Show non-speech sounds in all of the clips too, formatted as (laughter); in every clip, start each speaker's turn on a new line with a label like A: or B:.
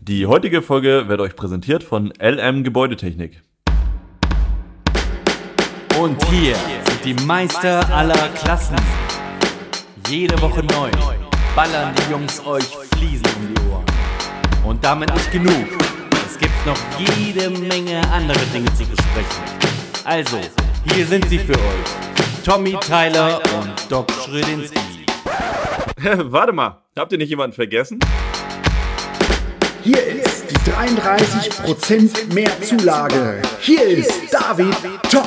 A: Die heutige Folge wird euch präsentiert von LM Gebäudetechnik.
B: Und hier sind die Meister aller Klassen. Jede Woche neu ballern die Jungs euch Fliesen um die Ohren. Und damit nicht genug. Es gibt noch jede Menge andere Dinge zu besprechen. Also, hier sind sie für euch. Tommy Tyler und Doc Schrödinski.
A: Warte mal, habt ihr nicht jemanden vergessen?
C: Hier ist die 33% mehr Zulage. Hier ist David Top.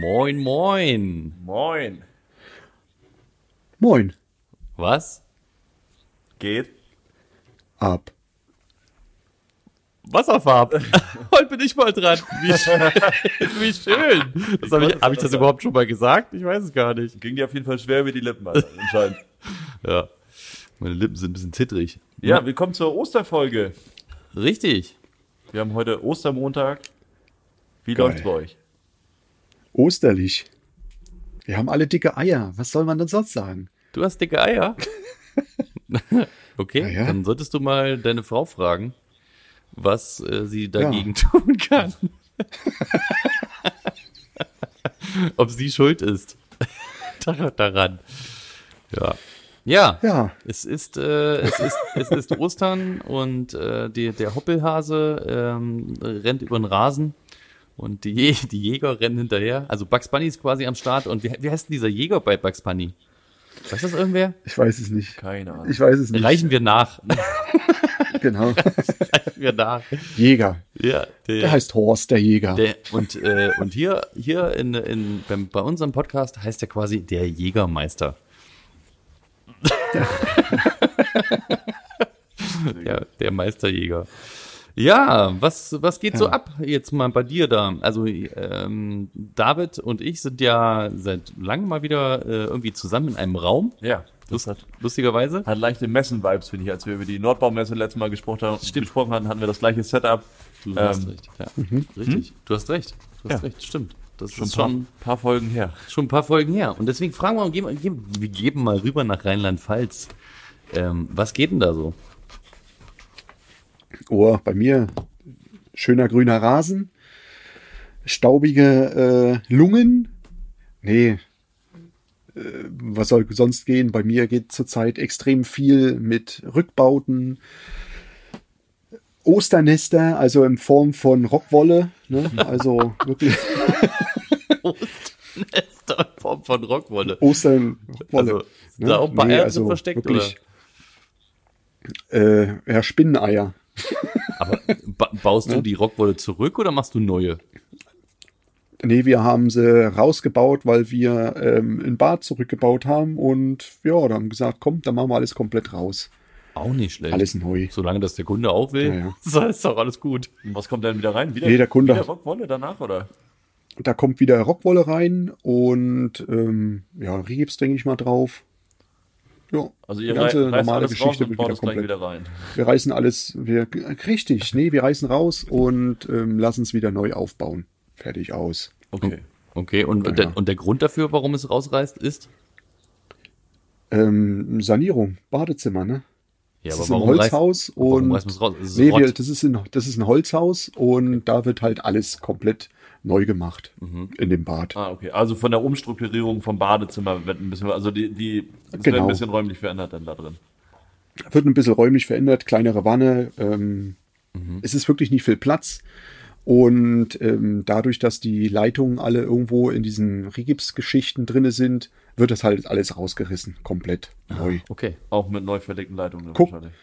B: Moin, moin.
A: Moin.
C: Moin.
B: Was?
A: Geht?
C: Ab.
B: Wasserfarb. (laughs) Heute bin ich mal dran. Wie schön. Wie schön. Das hab ich, hab ich das überhaupt schon mal gesagt? Ich weiß es gar nicht.
A: Ging dir auf jeden Fall schwer über die Lippen, Alter, anscheinend.
B: Ja. Meine Lippen sind ein bisschen zittrig.
A: Ja, willkommen zur Osterfolge.
B: Richtig.
A: Wir haben heute Ostermontag. Wie
C: Geil.
A: läuft's bei euch?
C: Osterlich. Wir haben alle dicke Eier. Was soll man denn sonst sagen?
B: Du hast dicke (laughs) Eier. okay,
C: Na ja.
B: dann solltest du mal deine Frau fragen, was äh, sie dagegen tun kann. (laughs) Ob sie schuld ist (laughs) Dar- daran. Ja. Ja.
C: Ja.
B: Es ist, äh, es ist, es ist Ostern und äh, die, der Hoppelhase ähm, rennt über den Rasen und die, Jä- die Jäger rennen hinterher. Also Bugs Bunny ist quasi am Start und wie, wie heißt denn dieser Jäger bei Bugs Bunny? Weiß das irgendwer?
C: Ich weiß es nicht.
A: Keine Ahnung.
C: Ich weiß es nicht.
B: Reichen wir nach. (laughs)
C: Genau.
B: Reichen wir nach.
C: Jäger.
B: Ja,
C: Der heißt Horst, der Jäger.
B: der, und, äh, und hier, hier in, in, beim, bei unserem Podcast heißt er quasi der Jägermeister. ja, der Meisterjäger. Ja, was, was geht so ab jetzt mal bei dir da? Also ähm, David und ich sind ja seit langem mal wieder äh, irgendwie zusammen in einem Raum,
A: Ja, das hat,
B: lustigerweise.
A: hat leichte Messen-Vibes, finde ich. Als wir über die Nordbaumesse letztes Mal gesprochen haben, gesprochen hatten, hatten wir das gleiche Setup.
B: Du
A: Ähm,
B: recht. Ja. Richtig, du hast recht. Du hast
A: Ja.
B: recht, stimmt. Das
A: Schon ein
B: ist
A: paar,
B: schon
A: paar Folgen her.
B: schon ein paar Folgen her. Und deswegen fragen wir, gehen, gehen, wir geben mal rüber nach Rheinland-Pfalz. Ähm, was geht denn da so?
C: Oh, bei mir schöner grüner Rasen, staubige äh, Lungen. Nee, äh, was soll sonst gehen? Bei mir geht zurzeit extrem viel mit Rückbauten, Osternester, also in Form von Rockwolle. Ne?
B: (laughs)
C: Also wirklich
B: Osternester in Form von Rockwolle.
C: Osternwolle.
B: Also, sind da auch ein paar Eier drin
C: also
B: versteckt,
C: Äh, ja, Spinneneier.
B: Aber ba baust du die Rockwolle zurück oder machst du neue?
C: Nee, wir haben sie rausgebaut, weil wir ähm, ein Bad zurückgebaut haben und ja, da haben wir gesagt, komm, dann machen wir alles komplett raus.
B: Auch nicht schlecht.
C: Alles neu.
B: Solange das der Kunde auch will,
C: Ja, ja.
B: so ist doch alles gut.
A: Und was kommt denn wieder rein? Wieder,
C: Nee, der Kunde-
A: Wieder Rockwolle danach, oder?
C: Da kommt wieder Rockwolle rein und ähm, ja, Rigips denke ich mal drauf. Ja,
A: Also ihr
C: die ganze
A: reißt
C: normale
A: alles raus
C: Geschichte
A: und
C: wird
A: baut
C: wieder
A: das gleich
C: komplett.
A: wieder rein.
C: Wir reißen alles, wir richtig, nee, wir reißen raus und ähm, lassen es wieder neu aufbauen. Fertig aus.
A: Okay.
B: Okay, und,
C: Ja.
B: der, und der Grund dafür, warum es rausreißt, ist?
C: Ähm, Sanierung, Badezimmer, ne?
B: Ja,
C: das ist ein Holzhaus
B: warum
C: und
B: reißt man's raus? Es ist
C: nee,
B: Rott.
C: wir, das, ist ein, das ist ein Holzhaus und da wird halt alles komplett neu gemacht
B: Mhm.
C: in dem Bad.
A: Ah, okay. Also von der Umstrukturierung vom Badezimmer wird ein bisschen, also die, die es wird
C: Genau.
A: ein bisschen räumlich verändert dann da drin.
C: Wird ein bisschen räumlich verändert, kleinere Wanne. Ähm,
B: Mhm.
C: Es ist wirklich nicht viel Platz. Und ähm, dadurch, dass die Leitungen alle irgendwo in diesen Rigips-Geschichten drinne sind, wird das halt alles rausgerissen, komplett
B: Ah,
C: neu.
B: Okay.
A: Auch mit neu verlegten Leitungen dann
C: Guck.
A: wahrscheinlich.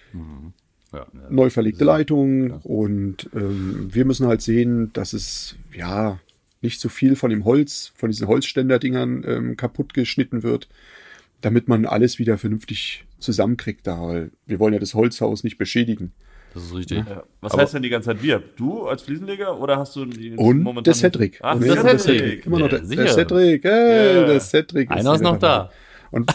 B: Ja.
C: neu verlegte Leitungen und ähm, wir müssen halt sehen, dass es ja nicht zu viel von dem Holz, von diesen Holzständerdingern ähm, kaputt geschnitten wird, damit man alles wieder vernünftig zusammenkriegt da, weil wir wollen ja das Holzhaus nicht beschädigen.
B: Das ist richtig.
A: Ja. Was
B: Aber-
A: heißt denn die ganze Zeit wir? Du als Fliesenleger oder hast du die-
C: Und der Cedric.
A: Ach,
C: Und
A: der
C: der
A: Cedric.
C: Immer noch
B: Ah, Ja,
C: der,
B: sicher.
C: der Cedric. Hey,
A: Ja.
C: der Cedric
B: Einer ist
C: wieder
B: noch da.
C: Und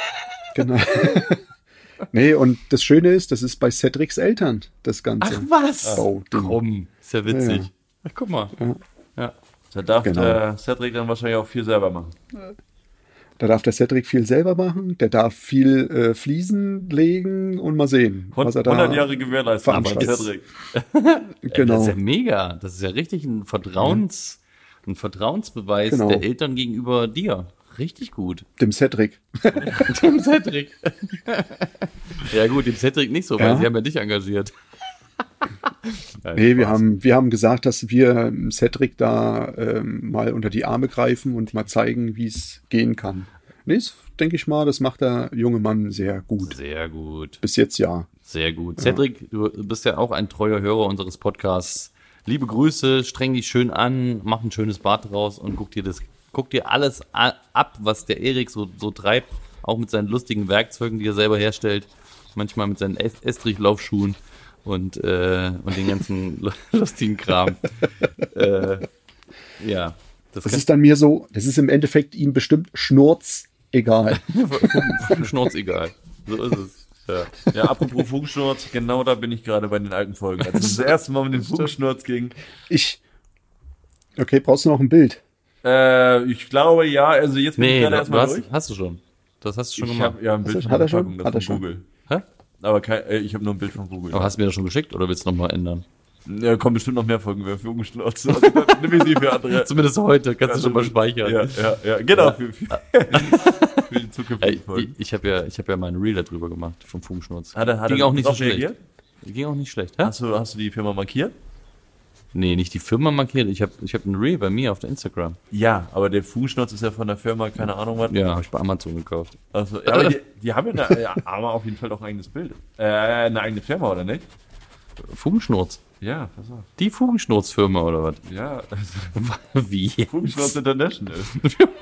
C: (laughs) genau. (laughs) nee, und das Schöne ist, das ist bei Cedrics Eltern das Ganze.
B: Ach was?
C: Oh, Ding.
B: Komm, ist ja witzig.
C: Ja.
B: Ach, guck mal. Ja.
A: Da darf äh,
C: Genau.
A: der Cedric dann wahrscheinlich auch viel selber machen.
C: Da darf der Cedric viel selber machen, der darf viel äh, Fliesen legen und mal sehen,
A: Hund-
C: was er da
A: 100 Jahre Gewährleistung bei Cedric.
C: veranstaltet.
B: Das
C: genau
B: ist ja mega. Das ist ja richtig ein Vertrauens, ein Vertrauensbeweis
C: Genau.
B: der Eltern gegenüber dir. Richtig gut.
C: dem Cedric.
B: Dem Cedric. (laughs) ja gut, dem Cedric nicht so, weil
C: Ja.
B: sie haben ja dich engagiert. Nein,
C: Nee, wir
B: Spaß.
C: haben, wir haben gesagt, dass wir ähm, Cedric da ähm, mal unter die Arme greifen und mal zeigen, wie es gehen kann. Nee, das denke ich mal, das macht der junge Mann sehr gut.
B: Sehr gut.
C: Bis jetzt ja.
B: Sehr gut. Cedric, du bist ja auch ein treuer Hörer unseres Podcasts. Liebe Grüße, streng dich schön an, mach ein schönes Bad draus und guck dir das, guck dir alles a- ab, was der Erik so, so treibt, auch mit seinen lustigen Werkzeugen, die er selber herstellt, manchmal mit seinen Es- Estrichlaufschuhen und, äh, und den ganzen (laughs) lu-
A: (laughs)
B: lustigen Kram. äh, ja. Das,
C: Das
B: ist
C: ist dann mir so, das ist im Endeffekt ihm bestimmt Schnurz egal.
B: (laughs) Schnurz egal. So ist es. Ja.
A: Ja, apropos Funkschnurz, genau da bin ich gerade bei den alten Folgen. Als es das erste Mal
C: (laughs)
A: um den Funkschnurz ging,
C: Ich. Okay, brauchst du noch ein Bild?
A: äh, ich glaube ja, also jetzt bin ich
B: Nee,
A: gerade
B: du
A: erstmal
B: hast,
A: durch.
B: hast du schon. Das hast du schon
A: Ich
B: gemacht.
A: habe ja ein Bild
C: Hat er schon?
A: Packung, das
C: Hat
A: von
C: er schon.
A: Google.
B: Hä?
A: Aber kein, äh, ich habe nur ein Bild von Google.
B: Aber hast du mir das schon geschickt oder willst du nochmal ändern?
A: Ja, kommen bestimmt noch mehr Folgen für Funkschnurz. (laughs) Also, dann nimm ich sie für
B: (laughs)
A: andere.
B: Zumindest heute, kannst du schon mal
A: Ja,
B: speichern.
A: Äh, also ja, ja, genau. Für, für, (laughs) für die
B: Ey,
A: zukünftigen
B: ich
A: Folgen.
B: ich habe ja, ich hab ja meinen Reel darüber gemacht vom Funkschnurz.
A: Hat er- hat
B: Ging
A: er
B: auch nicht so
A: drauf
B: schlecht.
A: reagiert?
B: Ging auch nicht schlecht, hä?
A: Hast du, hast du die Firma markiert?
B: Nee, nicht die Firma markiert. Ich habe ich hab einen Reel bei mir auf der Instagram.
A: Ja, aber der Funkschnurz ist ja von der Firma, keine Ahnung was.
B: Ja, habe ich bei Amazon gekauft.
A: Also, ja,
B: (laughs)
A: aber die, die haben ja, eine, ja aber auf jeden Fall auch ein eigenes Bild. Äh, eine eigene Firma, oder nicht?
B: Fugenschnurz.
A: Ja, pass auf.
B: Die Fugenschnurz-Firma oder was? (laughs)
A: Ja,
B: Wie?
A: Funkschnurz International.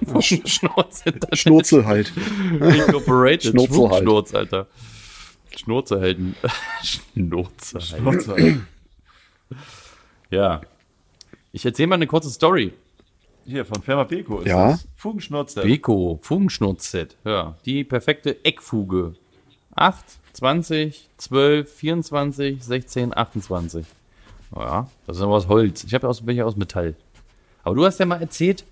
B: Fugenschnurz
C: Schnurzel halt.
B: Incorporated.
C: Schnurzel halt.
B: Fugenschnurz, Alter. (laughs) Schnurzerhelden. Schnurzerhelden. Ja. Ich erzähle mal eine kurze Story.
A: Hier, von Firma Beko ist
C: Ja.
A: das. Funkschnurz.
C: Äh.
B: Beko, Fugenschnurz-Set. Ja, die perfekte Eckfuge. 8, 20, 12, 24, 16, 28. Naja, Oh das ist aber aus Holz. Ich habe ja aus, welche aus Metall. Aber du hast ja mal erzählt,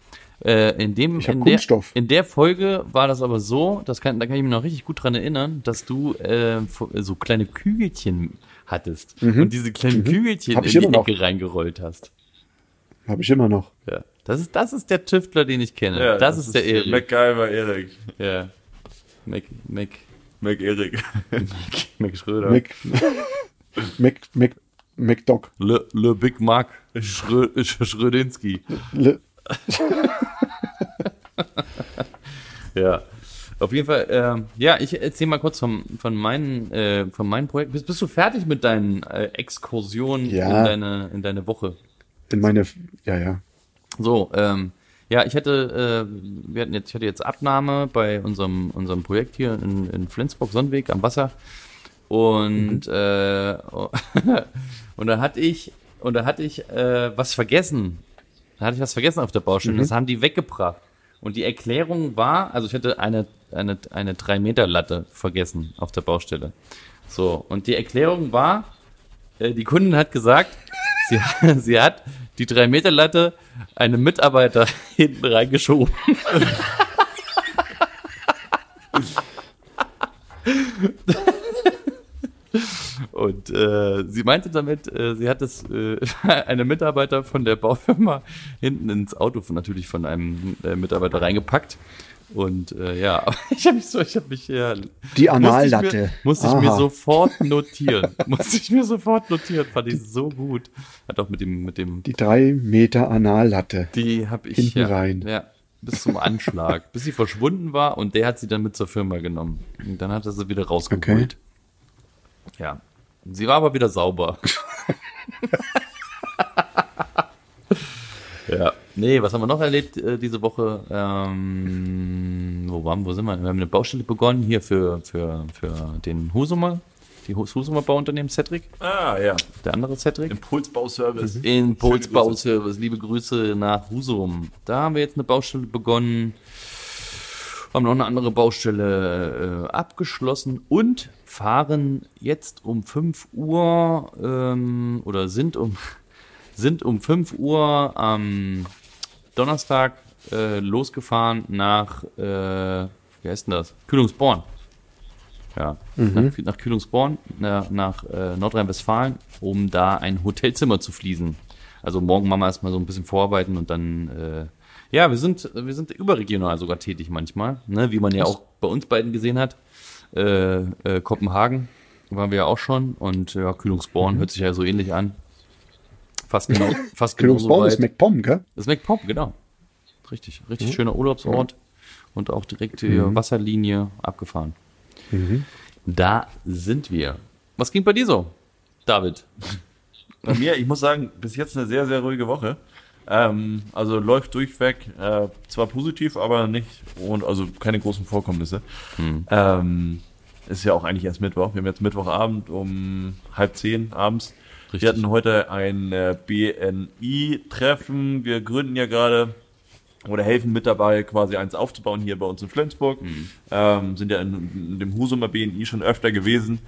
B: äh, in, dem,
C: Ich hab
B: in, der,
C: Kunststoff.
B: in der Folge war das aber so, das kann, da kann ich mich noch richtig gut dran erinnern, dass du äh, vo- so kleine Kügelchen hattest und diese kleinen Kügelchen
C: Mhm. Hab
B: in
C: ich
B: die Ecke
C: immer noch.
B: reingerollt hast.
C: Habe ich immer noch.
B: Ja. Das, ist, das ist der Tüftler, den ich kenne. das, ist der Erik.
A: MacGyver Erik.
B: Ja. Mac, Mac,
A: Mac Erik.
B: Mac Schröder.
C: Mac. Mac. Mac. McDoc.
B: Le, Le Big Mac Schrö, Sch- Schrödinski.
C: Le-
B: Ja. Auf jeden Fall, ähm, ja, ich erzähl mal kurz vom, von, meinen, äh, von meinem Projekt. Bist, bist du fertig mit deinen äh, Exkursionen
C: Ja.
B: in, deine, in deine Woche?
C: In meine. Ja, ja.
B: So, ähm, ja, ich hatte, äh, wir hatten jetzt, ich hatte jetzt Abnahme bei unserem, unserem Projekt hier in, in Flensburg, Sonnenweg am Wasser. Und, äh, (laughs) und da hatte ich, und da hatte ich äh, was vergessen. Da hatte ich was vergessen auf der Baustelle. Das haben die weggebracht. Und die Erklärung war, also ich hatte eine, eine, eine 3-Meter-Latte vergessen auf der Baustelle. So, und die Erklärung war, äh, die Kundin hat gesagt, sie, (laughs) sie hat die 3-Meter-Latte einem Mitarbeiter (laughs) hinten reingeschoben. (laughs) Und äh, sie meinte damit, äh, sie hat es äh, (laughs) einem Mitarbeiter von der Baufirma hinten ins Auto von natürlich von einem äh, Mitarbeiter reingepackt. Und äh, ja, (laughs) ich habe mich so, ich habe mich ja
C: Die
B: Musste ich mir,
C: Anallatte.
B: musste ich mir
C: Aha.
B: sofort notieren. (laughs) musste ich mir sofort notieren. Fand ich so gut. Hat auch mit dem, mit dem,
C: Die drei Meter Anallatte.
B: die habe ich
C: Hinten
B: ja,
C: rein.
B: Ja, bis zum Anschlag. bis sie verschwunden war und der hat sie dann mit zur Firma genommen. Und dann hat er sie wieder rausgeholt. Ja. Sie war aber
C: (laughs)
B: wieder sauber. ja. Nee, was haben wir noch erlebt äh, diese Woche? Ähm, wo waren, wo sind wir? Wir haben eine Baustelle begonnen hier für, für, für den Husumer, die Hus- Husumer Bauunternehmen Cedric,
A: Ah, ja.
B: der andere Cedric.
A: Impulsbauservice.
B: In Pulsbauservice, liebe Grüße nach Husum. Da haben wir jetzt eine Baustelle begonnen, haben noch eine andere Baustelle äh, abgeschlossen und fahren jetzt um 5 Uhr ähm, (laughs) oder sind um, sind um 5 Uhr am Donnerstag äh, losgefahren nach, äh, wie heißt denn das? Kühlungsborn. Ja,
C: Mhm.
B: nach, nach Kühlungsborn, nach, nach äh, Nordrhein-Westfalen, um da ein Hotelzimmer zu fließen. Also morgen machen wir erstmal so ein bisschen vorarbeiten und dann, äh, ja, wir sind, wir sind überregional sogar tätig manchmal, ne? wie man ja auch bei uns beiden gesehen hat. Äh, äh, Kopenhagen waren wir ja auch schon und ja,
C: Mhm.
B: Kühlungsborn hört sich ja so ähnlich an. Fast genau,
C: (laughs)
B: fast genauso
C: Kühlungsborn ist
B: weit.
C: MacPom, gell?
B: Das ist MacPom, genau. Richtig, richtig
A: Mhm.
B: schöner Urlaubsort und auch direkt die Wasserlinie abgefahren.
A: Mhm.
B: Da sind wir. Was ging bei dir so, David?
A: Bei mir, ich muss sagen, bis jetzt eine sehr, sehr ruhige Woche. Ähm, also läuft durchweg, äh, zwar positiv, aber nicht und also keine großen Vorkommnisse. Ähm, ist ja auch eigentlich erst Mittwoch. Wir haben jetzt Mittwochabend um halb zehn abends.
B: Richtig.
A: Wir hatten heute ein äh, BNI-Treffen. Wir gründen ja gerade oder helfen mit dabei, quasi eins aufzubauen hier bei uns in Flensburg. Ähm, sind ja in, in dem Husumer BNI schon öfter gewesen.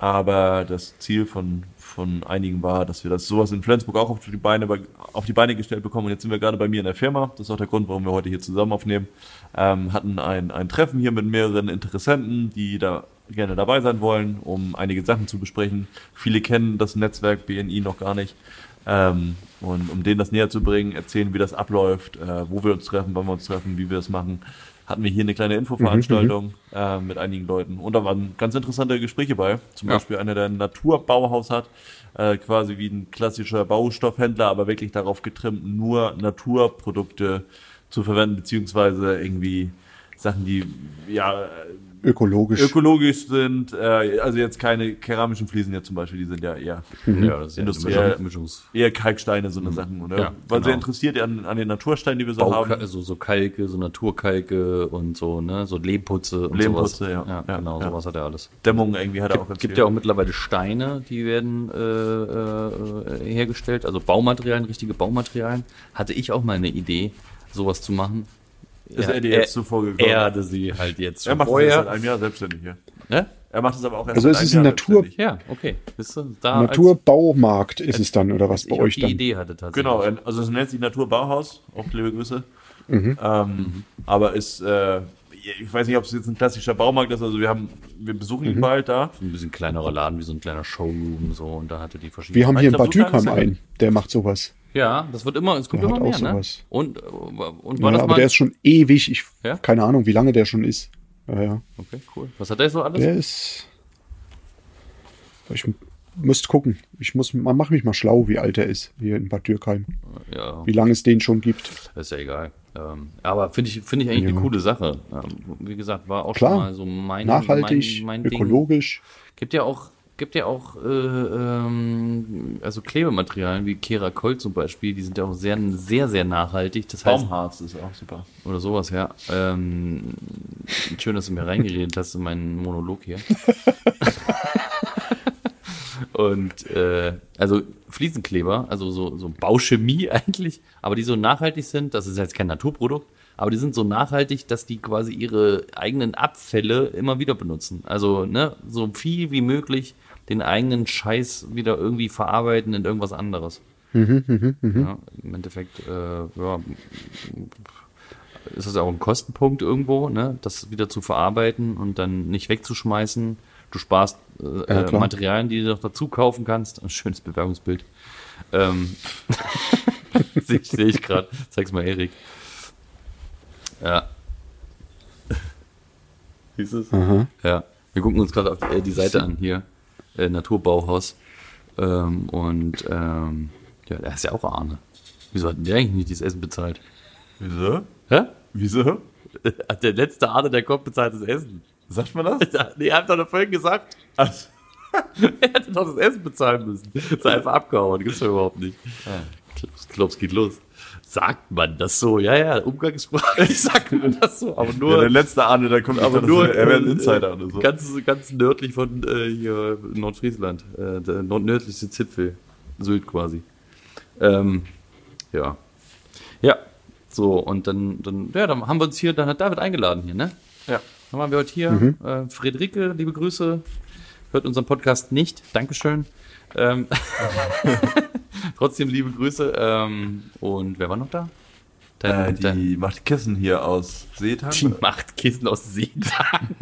A: Aber das Ziel von, von einigen war, dass wir das sowas in Flensburg auch auf die, Beine, auf die Beine gestellt bekommen. Und jetzt sind wir gerade bei mir in der Firma. Das ist auch der Grund, warum wir heute hier zusammen aufnehmen. Ähm, hatten ein, ein Treffen hier mit mehreren Interessenten, die da gerne dabei sein wollen, um einige Sachen zu besprechen. Viele kennen das Netzwerk BNI noch gar nicht. Ähm, und um denen das näher zu bringen, erzählen, wie das abläuft, äh, wo wir uns treffen, wann wir uns treffen, wie wir das machen. Hatten wir hier eine kleine Infoveranstaltung äh, mit einigen Leuten. Und da waren ganz interessante Gespräche bei. Zum
B: Ja.
A: Beispiel einer, der ein Naturbauhaus hat, äh, quasi wie ein klassischer Baustoffhändler, aber wirklich darauf getrimmt, nur Naturprodukte zu verwenden, beziehungsweise irgendwie Sachen, die ja
C: Ökologisch.
A: ökologisch sind. Äh, also jetzt keine keramischen Fliesen ja zum Beispiel, die sind ja eher
B: Ja, das ist ja
A: Industriell-
B: eine Mischungs
A: Eher Kalksteine, so eine Sachen, oder?
B: Ja,
A: Weil sehr
B: genau.
A: interessiert an, an den Natursteinen, die wir so
B: Bauka
A: haben.
B: so, so Kalke, so Naturkalke und so, ne, so Lehmputze und
A: Lehmputze,
B: sowas.
A: ja.
B: ja.
A: Ja,
B: genau,
A: ja.
B: sowas hat er alles.
A: Dämmung irgendwie hat er auch erzählt.
B: Gibt ja auch mittlerweile Steine, die werden äh, äh, hergestellt, also Baumaterialien, richtige Baumaterialien. Hatte ich auch mal eine Idee, sowas zu machen.
A: Ist
B: Ja,
A: er dir
B: er-
A: jetzt zuvor gekommen? Er,
B: Erde sie halt jetzt schon
A: er macht halt es erst
B: vorher.
A: seit einem Jahr selbstständig, ja.
B: ne?
A: Er macht es aber auch erst
C: Also
A: seit
C: es ist ein Natur-
A: selbstständig.
B: Ja, okay. Wisst ihr, da als
C: Naturbaumarkt ist es dann, oder was bei
B: ich auch
C: euch
B: die
C: dann?
B: Idee hatte tatsächlich.
A: Genau, ein- also es nennt sich Naturbauhaus, auch liebe Grüße.
C: Mhm.
A: Ähm, Aber ist, äh, ich weiß nicht, ob es jetzt ein klassischer Baumarkt ist, also wir haben, wir besuchen
C: Mhm.
A: ihn bald da.
B: Ein bisschen kleinerer Laden, wie so ein kleiner Showroom so und da hatte die verschiedene
C: Wir haben hier
A: Ich
C: in
A: glaub,
C: Bad
A: so klein ist
C: Dürkheim
A: er
C: einen, der macht sowas.
B: Ja, das wird immer, es kommt
C: Der
B: immer
C: hat
B: mehr,
C: auch
B: ne?
C: sowas.
B: Und, äh, und war
C: Ja,
B: das
C: aber
B: mal?
C: der ist schon ewig. Ich
B: Ja?
C: keine Ahnung, wie lange der schon ist. Ja, ja.
B: okay, cool. Was hat der so alles?
C: Der ist. Ich m- müsst gucken. Ich muss, man mach mich mal schlau, wie alt er ist hier in Bad Dürkheim.
B: Ja,
C: Wie lange es den schon gibt.
B: ist ja egal. Ähm, aber finde ich, finde ich eigentlich eine
C: Ja.
B: coole Sache. Ähm, wie gesagt, war auch schon
C: Klar.
B: mal so mein
C: Nachhaltig,
B: mein, mein Ding.
C: ökologisch.
B: Gibt ja auch, gibt ja auch äh, ähm, also Klebematerialien wie Kerakoll zum Beispiel, die sind ja auch sehr, sehr, sehr nachhaltig. Das heißt,
A: Baumharz ist auch super.
B: oder sowas, ja. Ähm, schön, dass du mir reingeredet hast in meinen Monolog hier. Und äh, also Fliesenkleber, also so, so Bauchemie (laughs) eigentlich, aber die so nachhaltig sind, das ist jetzt kein Naturprodukt, aber die sind so nachhaltig, dass die quasi ihre eigenen Abfälle immer wieder benutzen. Also ne, so viel wie möglich den eigenen Scheiß wieder irgendwie verarbeiten in irgendwas anderes.
C: Mhm.
B: Ja, Im Endeffekt äh, ja, ist das auch ein Kostenpunkt irgendwo, ne? das wieder zu verarbeiten und dann nicht wegzuschmeißen. Du sparst äh,
C: Ja,
B: äh,
C: klar.
B: Materialien, die du noch dazu kaufen kannst. Ein schönes Bewerbungsbild. Ähm, (laughs) Sehe seh ich gerade. Zeig's mal Erik. Ja. Siehst du's?
C: Aha.
B: Ja. Wir gucken uns gerade auf die, äh, die Seite an hier. Äh, Naturbauhaus. Ähm, und ähm, ja, der ist ja auch Arne. Wieso hat denn der eigentlich nicht dieses Essen bezahlt?
A: Wieso?
B: (laughs) Hä?
A: Wieso?
B: Der letzte Arne, der kommt, bezahlt das Essen. (laughs)
A: Sagt man das?
B: Nee, habt ihr doch vorhin gesagt, (laughs)
A: Also,
B: er hätte doch das Essen bezahlen müssen. Ist einfach abgehauen, gibt's doch überhaupt nicht. Ich glaub's geht los. Sagt man das so? Ja, ja, umgangssprachlich (laughs) sagt man das so, aber
A: ja,
B: nur.
A: der letzte Ahne, der kommt
B: aber
A: das
B: nur
A: ist- er wäre ein
B: äh,
A: Insider oder so.
B: Ganz, ganz nördlich von äh, hier Nordfriesland. Äh, der nord- nördlichste Zipfel. Sylt quasi. Ähm, ja. Ja. So, und dann, dann, ja, dann haben wir uns hier, dann hat David eingeladen hier, ne?
A: Ja.
B: Dann waren wir heute hier.
A: Mhm.
B: Äh, Friederike, liebe Grüße. Hört unseren Podcast nicht. Dankeschön. Ähm, (laughs) Trotzdem liebe Grüße. Ähm, und wer war noch da?
A: Dann, äh, die macht Kissen hier aus Seetang.
B: Die macht Kissen
A: (laughs)
B: aus Seetang.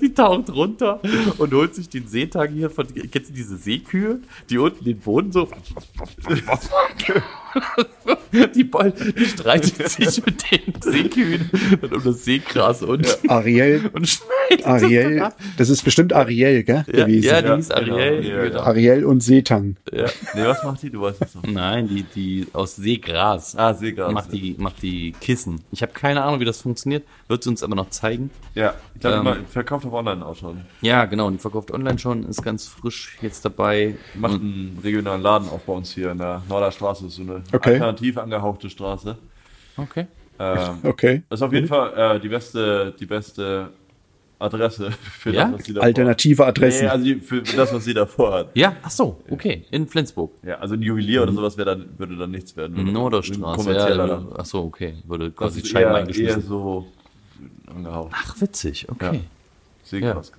B: die taucht runter und holt sich den Seetang hier von. Kennst du diese Seekühe, die unten den Boden so. (laughs) die, Ball, die
A: (laughs)
B: streitet sich mit den Seekühen und um das Seegras und.
C: Ariel.
B: (laughs) und schneidet
C: Ariel.
B: Das,
C: Das ist bestimmt Ariel, gell?
B: dann ab.
C: gewesen.
B: ja, ja, die
A: Ah, Ja,
B: hieß
A: genau,
B: Ariel.
A: ja, ja.
B: genau.
C: Ariel und Seetang.
A: Ja. Nee, was macht die? Du weißt es noch.
B: Nein, die, die aus Seegras.
A: Ah, Seegras.
B: Macht die, macht die Kissen. Ich habe keine Ahnung, wie das funktioniert. Wird sie uns aber noch zeigen.
A: Ja, ich glaube,
B: Ähm.
A: immer verkauft auf online auch schon.
B: Ja, genau. Die verkauft online schon, ist ganz frisch jetzt dabei.
A: Macht
C: Hm.
A: einen regionalen Laden auch bei uns hier in der Norderstraße. Ist so eine
C: Okay.
A: alternativ angehauchte Straße.
B: Okay.
A: Ähm,
C: Okay.
A: ist auf jeden Fall äh, die beste, die beste Adresse für
B: Ja?
A: das, was sie da
C: Alternative
A: Nee,
C: Adressen.
A: also die- für das, was sie davor hat.
B: Ja, ach so, okay. In Flensburg.
A: Ja, also ein Juwelier
C: Mhm.
A: oder sowas wäre dann, würde dann nichts werden. Würde- ein
B: Norderstraße. Ja,
A: Kommerzieller
B: da-
A: dann.
B: ach so, okay. Würde
A: Mhm. Das
B: quasi
A: ist eher,
B: Scheiben
A: eher
B: eingeschmissen.
A: so angehaucht.
B: Ach, witzig, okay.
A: Seegras.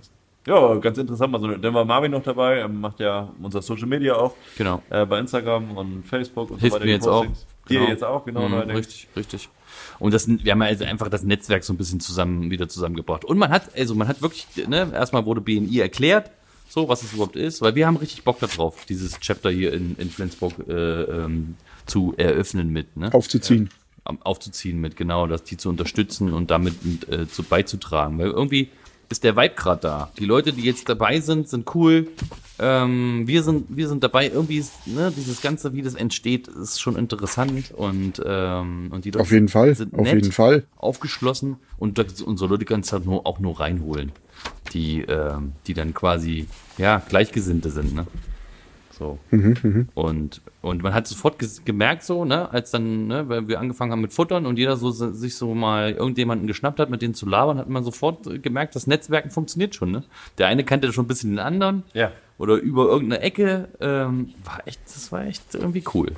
A: Ja. ganz interessant. Also, dann war Marvin noch dabei. Er macht ja unser Social Media auch.
B: Genau.
A: Äh, bei Instagram und Facebook und
B: Hilft
A: so weiter.
B: mir
A: die
B: jetzt auch.
A: Postings. Dir
B: Genau.
A: jetzt auch, genau.
B: Mhm,
A: neuerdings.
B: richtig, richtig. Und das, wir haben ja also einfach das Netzwerk so ein bisschen zusammen wieder zusammengebracht. Und man hat, also man hat wirklich, ne, erstmal wurde BNI erklärt, so was es überhaupt ist, weil wir haben richtig Bock darauf, dieses Chapter hier in, in Flensburg äh, ähm, zu eröffnen mit, ne?
C: Aufzuziehen.
B: am- aufzuziehen mit, genau, dass die zu unterstützen und damit äh, zu beizutragen. Weil irgendwie ist der Vibe gerade da. Die Leute, die jetzt dabei sind, sind cool. Ähm, wir, sind, wir sind dabei, irgendwie ist, ne, dieses Ganze, wie das entsteht, ist schon interessant und, ähm, und die Leute
C: Auf jeden Fall.
B: sind
C: Auf
B: nett,
C: jeden Fall.
B: aufgeschlossen und das, unsere Leute kannst du halt nur, auch nur reinholen, die, ähm, die dann quasi ja, Gleichgesinnte sind. Ne? So. Und, und man hat sofort ges- gemerkt, so, ne, als dann, ne, weil wir angefangen haben mit Futtern und jeder so se- sich so mal irgendjemanden geschnappt hat, mit denen zu labern, hat man sofort äh, gemerkt, das Netzwerken funktioniert schon, ne? Der eine kannte schon ein bisschen den anderen.
A: Ja.
B: Oder über irgendeine Ecke. Ähm, war echt, das war echt irgendwie cool.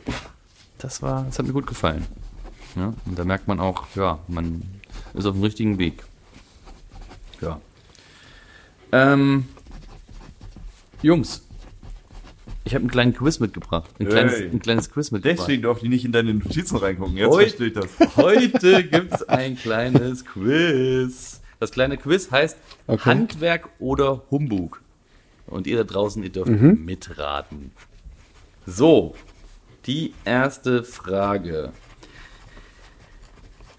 B: Das war, das hat mir gut gefallen. Ja, Ne? und da merkt man auch, ja, man ist auf dem richtigen Weg. Ja. Ähm, Jungs, ich habe einen kleinen Quiz mitgebracht. Ein kleines,
A: Hey.
B: ein kleines Quiz mitgebracht.
A: Deswegen durfte ich nicht in deine Notizen reingucken. Jetzt
B: Ui.
A: verstehe ich das.
B: Heute gibt's ein kleines Quiz. Das kleine Quiz heißt
C: Okay.
B: Handwerk oder Humbug. Und ihr da draußen, ihr dürft
C: Mhm.
B: mitraten. So, die erste Frage.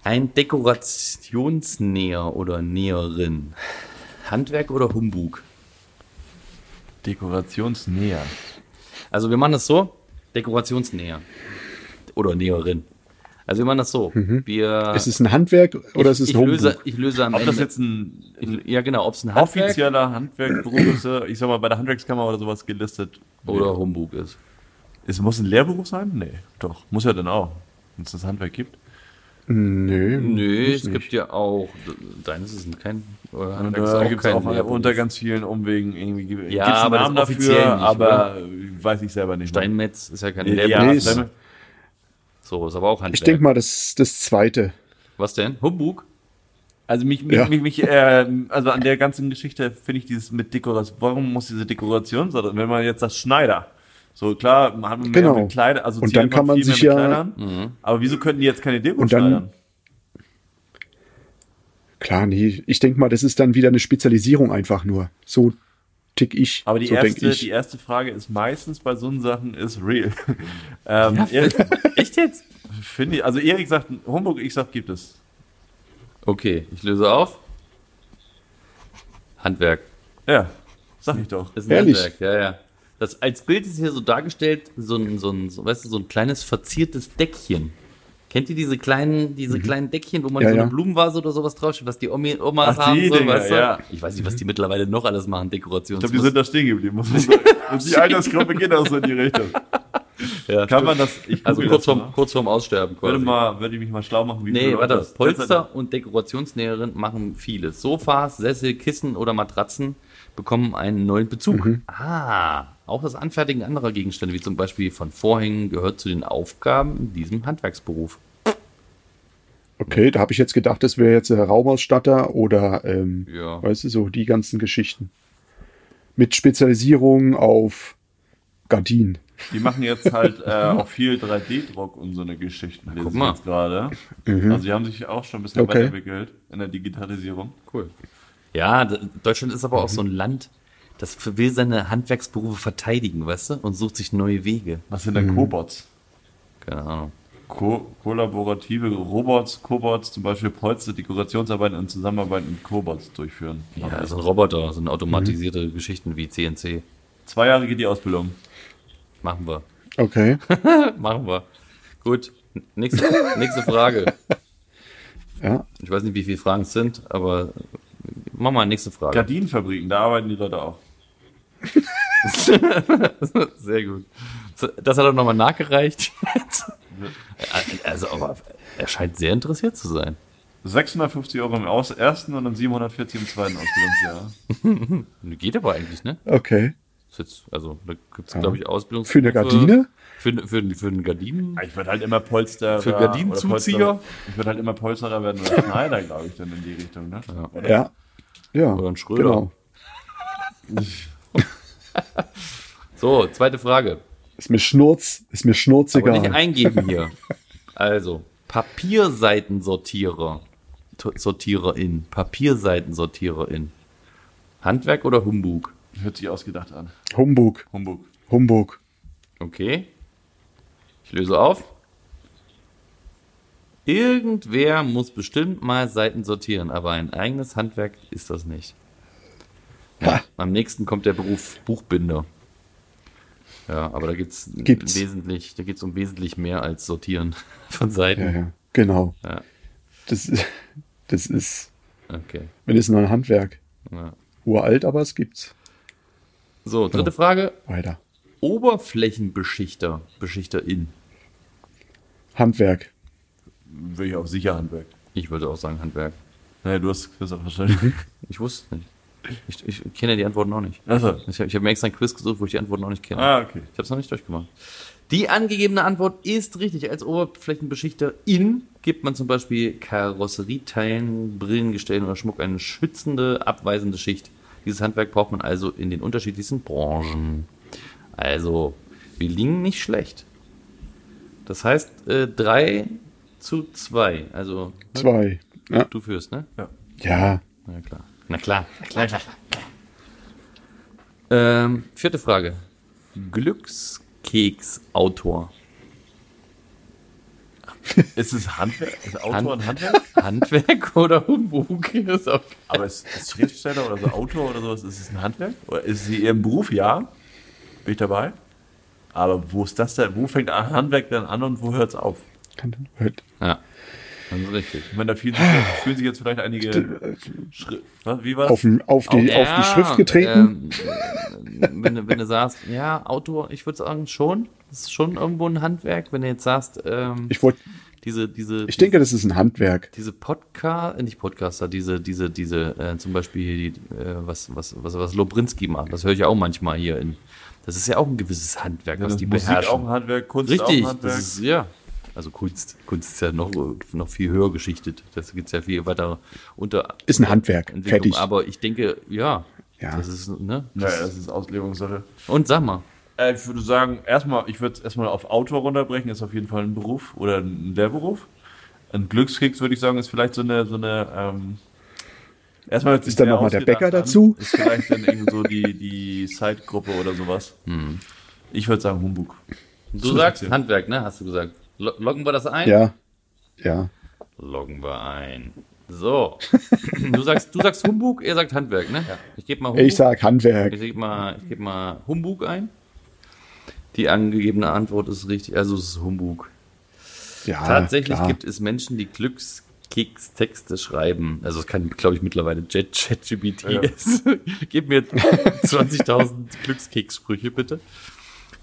B: Ein Dekorationsnäher oder Näherin. Handwerk oder Humbug?
A: Dekorationsnäher.
B: Also wir machen das so, Dekorationsnäher oder Näherin. Also wir machen das so. Wir
C: Mhm. Ist es ein Handwerk oder ist es
B: ich
C: ein Humbug?
B: löse, ich löse am
A: Ob das
B: Ende.
A: jetzt ein
B: ich, ja, genau, ob es ein Handwerk
A: offizieller Handwerkberuf ist, äh, ich sag mal, bei der Handwerkskammer oder sowas gelistet.
B: oder Humbug ist.
A: Es muss ein Lehrberuf sein? Nee, doch. Muss ja dann auch, wenn es das Handwerk gibt.
C: Nö.
B: Nö,
C: muss
B: es
C: nicht.
B: gibt ja auch. Deines ist ein kein. Oder
A: Und
B: Handwerk ist
A: da
B: auch
A: gibt es
B: kein
A: auch
B: Lehrberuf.
A: unter ganz vielen Umwegen irgendwie gibt's einen
B: Ja, aber das
A: Namen dafür,
B: offiziell nicht,
A: aber weiß ich selber nicht.
B: Steinmetz ist ja kein
A: Ja,
B: Lehrberuf.
C: Nee,
A: ja,
C: ist-
A: Stein-
B: So, ist aber auch Handwerk.
C: Ich denke mal, das, das zweite.
B: Was denn? Humbug?
A: Also mich, mich,
C: Ja.
A: mich, mich ähm, also an der ganzen Geschichte finde ich dieses mit Dekoration. Warum muss diese Dekoration so drin? Wenn man jetzt sagt Schneider, so klar, man hat mehr
C: Genau.
A: mit Kleider, also
C: Und dann kann man sich ja-
B: Mhm.
A: Aber wieso könnten die jetzt keine Deko
C: Und dann-
A: schneidern?
C: Klar, nee. Ich denke mal, das ist dann wieder eine Spezialisierung einfach nur. So tick ich.
A: Aber die
C: so denk
A: erste,
C: ich.
A: die erste Frage ist meistens bei so Sachen ist real. (laughs) ähm, Erik,
B: Echt jetzt?
A: finde ich, also Erik sagt Humbug, ich sag gibt es.
B: Okay, ich löse auf. Handwerk.
A: Ja, sag ich doch.
B: Das ist ein
C: Ehrlich?
B: Handwerk, ja, ja. Das, als Bild ist hier so dargestellt, so ein, so ein, so, weißt du, so ein kleines verziertes Deckchen. Kennt ihr diese kleinen, diese
A: Mhm.
B: kleinen Deckchen, wo man
C: Ja,
B: so eine
C: ja.
B: Blumenvase oder sowas draufsteht, was die Omi, Omas
A: Ach,
B: haben?
A: die
B: so,
A: Dinger,
B: weißt du?
A: ja.
B: Ich weiß nicht, was die mittlerweile noch alles machen, Dekorations.
A: Ich glaube, die sind da stehen geblieben.
B: (laughs)
A: Muss man sagen. Und die Altersgruppe geht auch so in die Richtung.
B: ja,
A: Kann man das? Ich
B: also
A: google
B: kurz
A: das mal.
B: vorm, kurz vorm Aussterben quasi.
A: Würde, mal, würde mich mal schlau machen, wie
B: nee,
A: viele Leute
B: warte,
A: das-
B: Polster und Dekorationsnäherin machen vieles. Sofas, Sessel, Kissen oder Matratzen bekommen einen neuen Bezug. Ah, auch das Anfertigen anderer Gegenstände, wie zum Beispiel von Vorhängen, gehört zu den Aufgaben in diesem Handwerksberuf.
C: Okay, da habe ich jetzt gedacht, das wäre jetzt äh, Raumausstatter oder, ähm,
B: Ja.
C: weißt du, so die ganzen Geschichten. Mit Spezialisierung auf Gardinen.
A: Die machen jetzt halt äh,
B: (laughs)
A: auch viel 3D-Druck und so eine Geschichten, lese
B: guck
A: ich
B: mal.
A: jetzt gerade.
C: Mhm.
A: Also die haben sich auch schon ein bisschen
C: Okay.
A: weiterentwickelt in der Digitalisierung.
B: Cool. Mhm. Ja, d- Deutschland ist aber auch so ein Land, das f- will seine Handwerksberufe verteidigen, weißt du, und sucht sich neue Wege.
A: Was sind denn
C: Mhm.
A: Cobots?
B: Keine Ahnung.
A: Ko kollaborative Robots, Cobots, zum Beispiel Polster, Dekorationsarbeiten in Zusammenarbeit mit Cobots durchführen.
B: Ja, Mhm. so ein Roboter, so eine automatisierte Geschichten wie CNC.
A: Zwei Jahre geht die Ausbildung.
B: Machen wir. (laughs)
C: Okay.
B: Machen wir. Gut. N- Nächste, nächste Frage.
C: (laughs) Ja.
B: Ich weiß nicht, wie viele Fragen es sind, aber mach mal nächste Frage.
A: Gardinenfabriken, da arbeiten die Leute auch.
B: Sehr gut. Das hat er
C: (laughs)
B: nochmal nachgereicht. also, aber er scheint sehr interessiert zu sein.
A: 650 Euro im Aus ersten und dann 740 im zweiten Ausbildungsjahr.
B: Geht aber eigentlich, ne?
C: Okay.
B: Ist jetzt, also, da gibt's glaub glaube ich, Ausbildungs
C: Für eine Gardine?
B: Für, für, für, für einen Gardinen?
A: Ich würde halt immer Polsterer.
B: Für Gardinenzuzieher?
A: oder Polsterer- Ich würde halt immer Polsterer werden oder Schneider, glaube ich, dann in die Richtung. Ne? Oder?
C: Ja. Ja. genau.
B: Oder ein Schröder. So, zweite Frage.
C: Ist mir Schnurz, ist mir
B: Aber nicht
C: schnurziger.
B: eingeben hier. Also, Papierseitensortierer. T- Sortiererin. Papierseitensortiererin. Handwerk oder Humbug?
A: Hört sich ausgedacht an.
C: Humbug,
A: Humbug.
C: Humbug.
B: Okay. Ich löse auf. Irgendwer muss bestimmt mal Seiten sortieren, aber ein eigenes Handwerk ist das nicht.
C: Ha.
B: Am nächsten kommt der Beruf Buchbinder. Ja, aber da geht's,
C: Gibt's.
B: wesentlich, da geht's um wesentlich mehr als Sortieren (laughs) von Seiten.
C: Ja, ja. Genau.
B: Ja.
C: Das, (laughs) ist- das ist,
B: Okay.
C: wenn es nur ein Handwerk.
B: Ja.
C: Uralt, aber es gibt's.
B: So, dritte Frage.
C: Weiter.
B: Oberflächenbeschichter, Beschichterin.
C: Handwerk.
A: Würde ich auch sicher Handwerk.
B: Ich würde auch sagen Handwerk.
A: Naja, du hast Quiz auch verstanden.
B: Ich wusste es nicht. Ich, ich kenne die Antworten auch nicht.
A: Achso.
B: Ich habe ich hab mir extra einen Quiz gesucht, wo ich die Antworten noch nicht kenne.
A: Ah, okay.
B: Ich habe es noch nicht durchgemacht. Die angegebene Antwort ist richtig. Als Oberflächenbeschichter in gibt man zum Beispiel Karosserieteilen, Brillengestellen oder Schmuck eine schützende, abweisende Schicht. Dieses Handwerk braucht man also in den unterschiedlichsten Branchen. Also, wir liegen nicht schlecht. Das heißt, 3 zu 2. Also,
C: Zwei. Ja.
B: du führst, ne?
C: ja.
B: Na klar. Na klar. Na klar, klar, klar. Ähm, vierte Frage. Glückskeksautor.
A: Ist es Handwerk? Ist Autor
B: Hand-
A: und Handwerk?
B: (laughs) Handwerk oder Humbug? Ist auch
A: Aber ist, ist Schriftsteller oder so Autor oder sowas, ist es ein Handwerk? Oder ist sie ihrem Beruf? Ja. Bin ich dabei. Aber wo ist das denn? Wo fängt ein Handwerk denn an und wo hört es auf?
C: Kann- hört-
B: ja. Das ist richtig.
A: Ich meine, da fühlen sich, fühlen sich jetzt vielleicht einige Schri Was, Wie war
C: Auf,
A: das?
C: den- auf, die, auf die Schrift getreten.
B: Ähm, äh, wenn, du- wenn du sagst, ja, Autor, ich würde sagen, schon. Das ist schon irgendwo ein Handwerk. Wenn du jetzt sagst, ähm,
C: ich wollte,
B: diese, diese,
C: ich denke, das ist ein Handwerk.
B: diese Podcast, nicht Podcaster, diese, diese, diese, äh, zum Beispiel, die, äh, was, was, was, was Lobrinski macht, das höre ich ja auch manchmal hier in. Das ist ja auch ein gewisses Handwerk, was die
A: Musik auch ein
B: beherrschen.
A: Handwerk, Kunst auch
B: Richtig,
A: ein Handwerk.
B: das ist, ja. Also Kunst, Kunst ist ja noch, noch viel höher geschichtet. Das gibt es ja viel weiter unter
C: Ist ein Handwerk.
B: Entwicklung.
C: Fertig.
B: Aber ich denke, ja,
C: Ja.
B: das ist, ne?
A: naja, das ist Auslegungssache.
B: Und sag mal,
A: Äh, ich würde sagen, erstmal, ich würde es erstmal auf Autor runterbrechen, ist auf jeden Fall ein Beruf oder ein Lehrberuf. Ein Glückskeks würde ich sagen, ist vielleicht so eine, so eine, ähm, erstmal hört sich
C: Ist dann
A: sehr
C: noch mal der
A: ausgedacht
C: Bäcker
A: an.
C: dazu?
A: Ist vielleicht dann irgendwie so die, die Side-Gruppe oder sowas.
C: Hm.
A: Ich würde sagen Humbug.
B: du sagst Handwerk, ne? Hast du gesagt. Lo- Loggen wir das ein?
C: Ja. Ja.
B: Loggen wir ein.
C: (laughs)
B: So. Du sagst, du sagst Humbug, er sagt Handwerk, ne? Ich gebe mal Humbug.
C: Ich sag
B: Ich
C: Handwerk.
B: gebe mal, ich geb mal Humbug ein. Die angegebene Antwort ist richtig, also es ist Humbug.
C: Ja,
B: Tatsächlich
C: klar.
B: gibt es Menschen, die Glückskeks-Texte schreiben. Also es kann, glaube ich, mittlerweile Jet- ChatGPT ist. (laughs) Gib mir 20.000 Glückskeks-Sprüche bitte.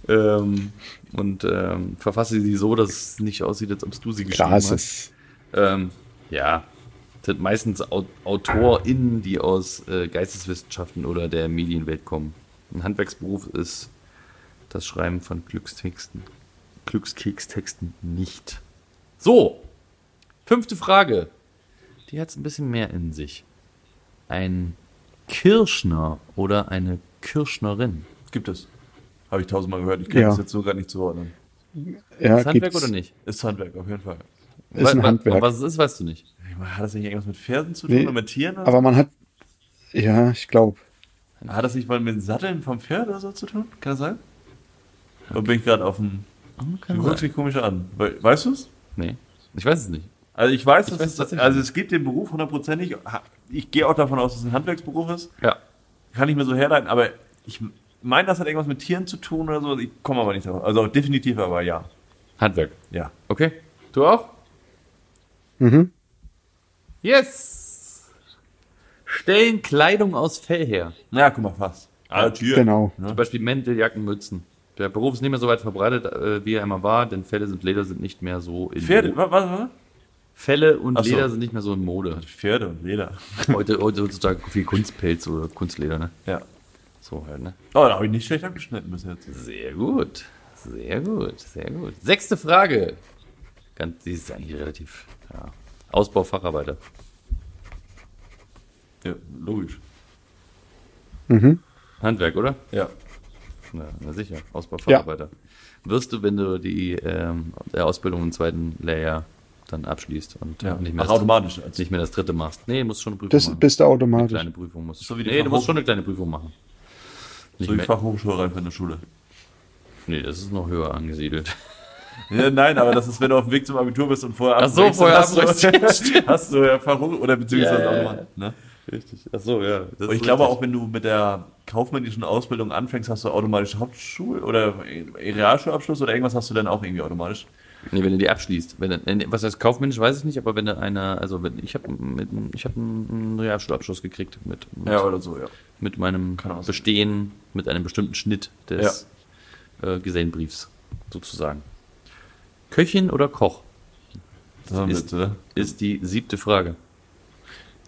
B: Ähm, und ähm, verfasse sie so, dass es nicht aussieht, als ob du sie geschrieben
C: Klar ist
B: hast.
C: es.
B: Ähm, ja, sind meistens Au- AutorInnen, die aus äh, Geisteswissenschaften oder der Medienwelt kommen. Ein Handwerksberuf ist das Schreiben von Glückstexten. Glückskekstexten nicht. So, fünfte Frage. Die hat es ein bisschen mehr in sich. Ein Kirschner oder eine Kirschnerin?
A: Gibt es. Habe ich tausendmal gehört. Ich kann
C: Ja.
A: das jetzt so gar nicht zuordnen.
C: Ja,
B: Ist Handwerk
C: gibt's.
B: oder nicht?
A: Ist Handwerk, auf jeden Fall.
C: Ist ein
B: Wa- wa-
C: Handwerk.
B: Was es ist, weißt du nicht.
A: Hat das nicht irgendwas mit Fersen zu tun
C: Nee,
A: oder mit Tieren?
C: Aber man hat, ja, ich glaube,
A: Hat das nicht mal mit dem Satteln vom Pferd oder so zu tun? Kann das sein? Oder bin ich gerade auf dem. Du guckst mich komisch an. We- Weißt du es?
B: Nee. Ich weiß es nicht.
A: Also ich weiß, dass
B: weiß es
A: es,
B: tatsächlich
A: also es gibt den Beruf hundertprozentig. Ha- Ich gehe auch davon aus, dass es ein Handwerksberuf ist.
B: Ja.
A: Kann ich mir so herleiten, aber ich meine, das hat irgendwas mit Tieren zu tun oder so. Ich komme aber nicht drauf. Also definitiv aber ja.
B: Handwerk.
A: Ja.
B: Okay. Du auch?
C: mhm.
B: Yes! Stellen Kleidung aus Fell her.
A: Na, guck mal, fast. Ah, Tür.
C: genau.
A: Ja.
B: Zum Beispiel Mäntel, Jacken, Mützen. Der Beruf ist nicht mehr so weit verbreitet, äh, wie er einmal war, denn Felle und Leder sind nicht mehr so in
A: Pferde, was, was?
B: Felle und
A: Ach so.
B: Leder sind nicht mehr so in Mode.
A: Pferde und Leder.
B: Heute, heute heutzutage viel Kunstpelz oder Kunstleder, ne?
A: Ja.
B: So halt, ne?
A: Oh, da habe ich nicht schlecht abgeschnitten bis jetzt.
B: Sehr gut. Sehr gut, sehr gut. Sechste Frage. Ganz, die ist eigentlich relativ. Ja. Ausbau Facharbeiter.
A: Ja, logisch.
C: Mhm.
B: Handwerk, oder?
A: Ja.
B: Na, na sicher, Ausbaufacharbeiter. Wirst du, wenn du die ähm, der Ausbildung im zweiten Layer dann abschließt und äh,
A: ja.
B: nicht, mehr
A: Ach,
B: das,
A: automatisch. Also.
B: nicht mehr das dritte machst. Nee, musst schon eine Prüfung
C: Das
B: machen.
C: bist du
B: eine
C: automatisch.
B: kleine Prüfung musst.
A: So wie die
B: nee, du musst
A: Fachhoch-
B: schon eine kleine Prüfung machen. Nicht
A: So wie
B: mehr,
A: Fachhochschule rein für eine Schule.
B: nee, das ist noch höher angesiedelt.
A: Ja, nein, aber das ist, wenn du auf dem Weg zum Abitur bist und vorher
B: Ach so,
A: abbrichst,
B: vorher
A: hast,
B: abbrichst.
A: du, (laughs) hast du ja Fachhoch oder beziehungsweise
B: Ja, ja,
A: auch mal. Ne?
B: Richtig. Ach so, ja.
A: Und ich glaube auch, wenn du mit der kaufmännischen Ausbildung anfängst, hast du automatisch Hauptschul- oder Realschulabschluss oder irgendwas hast du dann auch irgendwie automatisch.
B: Nee, wenn du die abschließt. Wenn, du- wenn, was heißt kaufmännisch, weiß ich nicht, aber wenn du eine, also wenn, ich habe ich hab einen Realschulabschluss gekriegt mit, mit
A: oder so, ja.
B: mit meinem
A: Kann auch sein.
B: Bestehen, mit einem bestimmten Schnitt des äh, Gesellenbriefs, sozusagen. Köchin oder Koch
A: Das haben wir jetzt, oder?
B: ist die siebte Frage.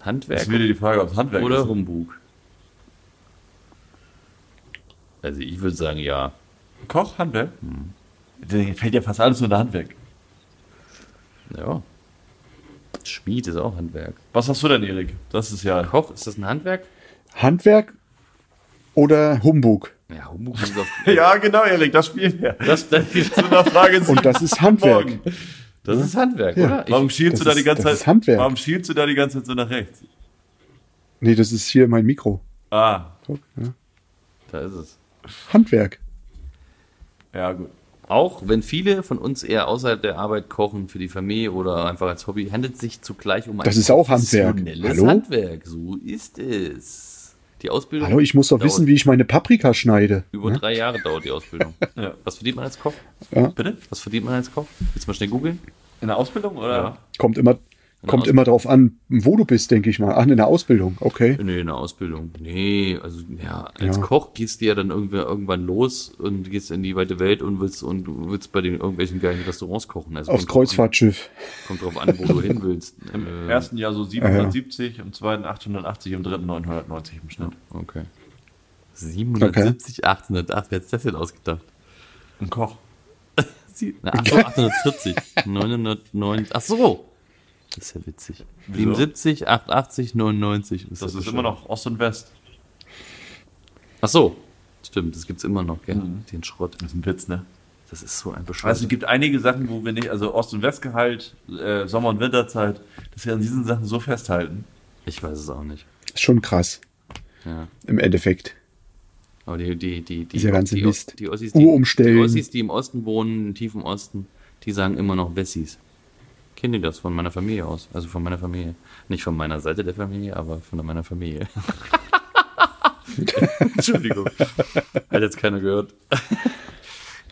B: Handwerk
A: Ist wieder die Frage, ob es Handwerk
B: oder
A: ist.
B: Humbug? Also ich würde sagen ja.
A: Koch, Handwerk? Hm. Fällt ja fast alles unter Handwerk.
B: Ja. Schmied ist auch Handwerk.
A: Was hast du denn, Erik? Das ist
B: (laughs)
A: ja.
B: Koch, ist das ein Handwerk?
C: Handwerk oder Humbug?
B: Ja, Humbug ist auf.
A: (laughs) Ja, genau, Erik, das spielen wir.
B: Das, das,
A: (laughs) Zu einer Frage
C: Und das
B: (laughs)
C: ist
A: (laughs)
C: Handwerk.
A: Morgen.
B: das ist Handwerk,
C: Ja.
B: oder?
A: Warum schielst du
C: das
A: da
C: ist-
A: die ganze
C: das ist
A: Zeit?
C: Handwerk.
A: Warum schielst du da die ganze Zeit so nach rechts?
C: Nee, das ist hier mein Mikro.
A: Ah,
C: Guck, ja.
B: da ist es.
C: Handwerk.
A: ja gut.
B: Auch wenn viele von uns eher außerhalb der Arbeit kochen für die Familie oder einfach als Hobby, handelt es sich zugleich um ein
C: Das ist auch Handwerk.
B: professionelles
C: Hallo?
B: Handwerk. So ist es. Die Ausbildung.
C: Hallo, ich muss doch wissen, wie ich meine Paprika schneide.
B: Über drei Jahre dauert
C: (laughs)
B: die Ausbildung.
A: Ja.
B: Was verdient man als Koch?
A: Bitte?
B: Was verdient man als Koch? Willst du mal schnell googeln?
A: In der Ausbildung oder?
C: Kommt immer, kommt immer drauf an, wo du bist, denke ich mal. Ach, in der Ausbildung, okay.
B: Nee, in der Ausbildung. Nee, also ja, als
C: Ja.
B: Koch gehst du ja dann irgendwie, irgendwann los und gehst in die weite Welt und willst und du willst bei den irgendwelchen geilen Restaurants kochen. Also
C: Aufs
B: kommt drauf
C: Kreuzfahrtschiff.
B: An, kommt drauf an, wo du hin willst.
A: Im
B: Äh,
A: ersten Jahr so 770, im zweiten 880, im dritten 990 im Schnitt.
B: Okay. 770, 808, wer hat das denn ausgedacht?
A: Ein Koch.
B: Sie- Na,
A: (laughs)
B: ach so, 840, 909, ach so. Das ist ja witzig.
A: Wieso?
B: 77, 88, 99.
A: Das
B: ja
A: ist
B: bescheuert.
A: immer noch Ost und West.
B: Ach so, stimmt, das gibt's immer noch, gell?
A: Mhm.
B: Den Schrott.
A: Das ist ein Witz, ne?
B: Das ist so ein Bescheuert.
A: Also es gibt einige Sachen, wo wir nicht, also Ost- und Westgehalt, äh, Sommer- und Winterzeit, dass wir an diesen Sachen so festhalten.
B: ich weiß es auch nicht.
C: Ist schon krass,
B: Ja.
C: im Endeffekt.
B: Aber die, die, die, die,
C: Dieser ganze
B: die,
C: Mist.
B: die Ossis,
C: Uhr
B: die,
C: umstellen.
B: die Ossis, die im Osten wohnen, im tiefen Osten, die sagen immer noch Wessis. Kenne das von meiner Familie aus. Also von meiner Familie. Nicht von meiner Seite der Familie, aber von
C: (laughs)
B: meiner Familie. Entschuldigung. Hat jetzt keiner gehört.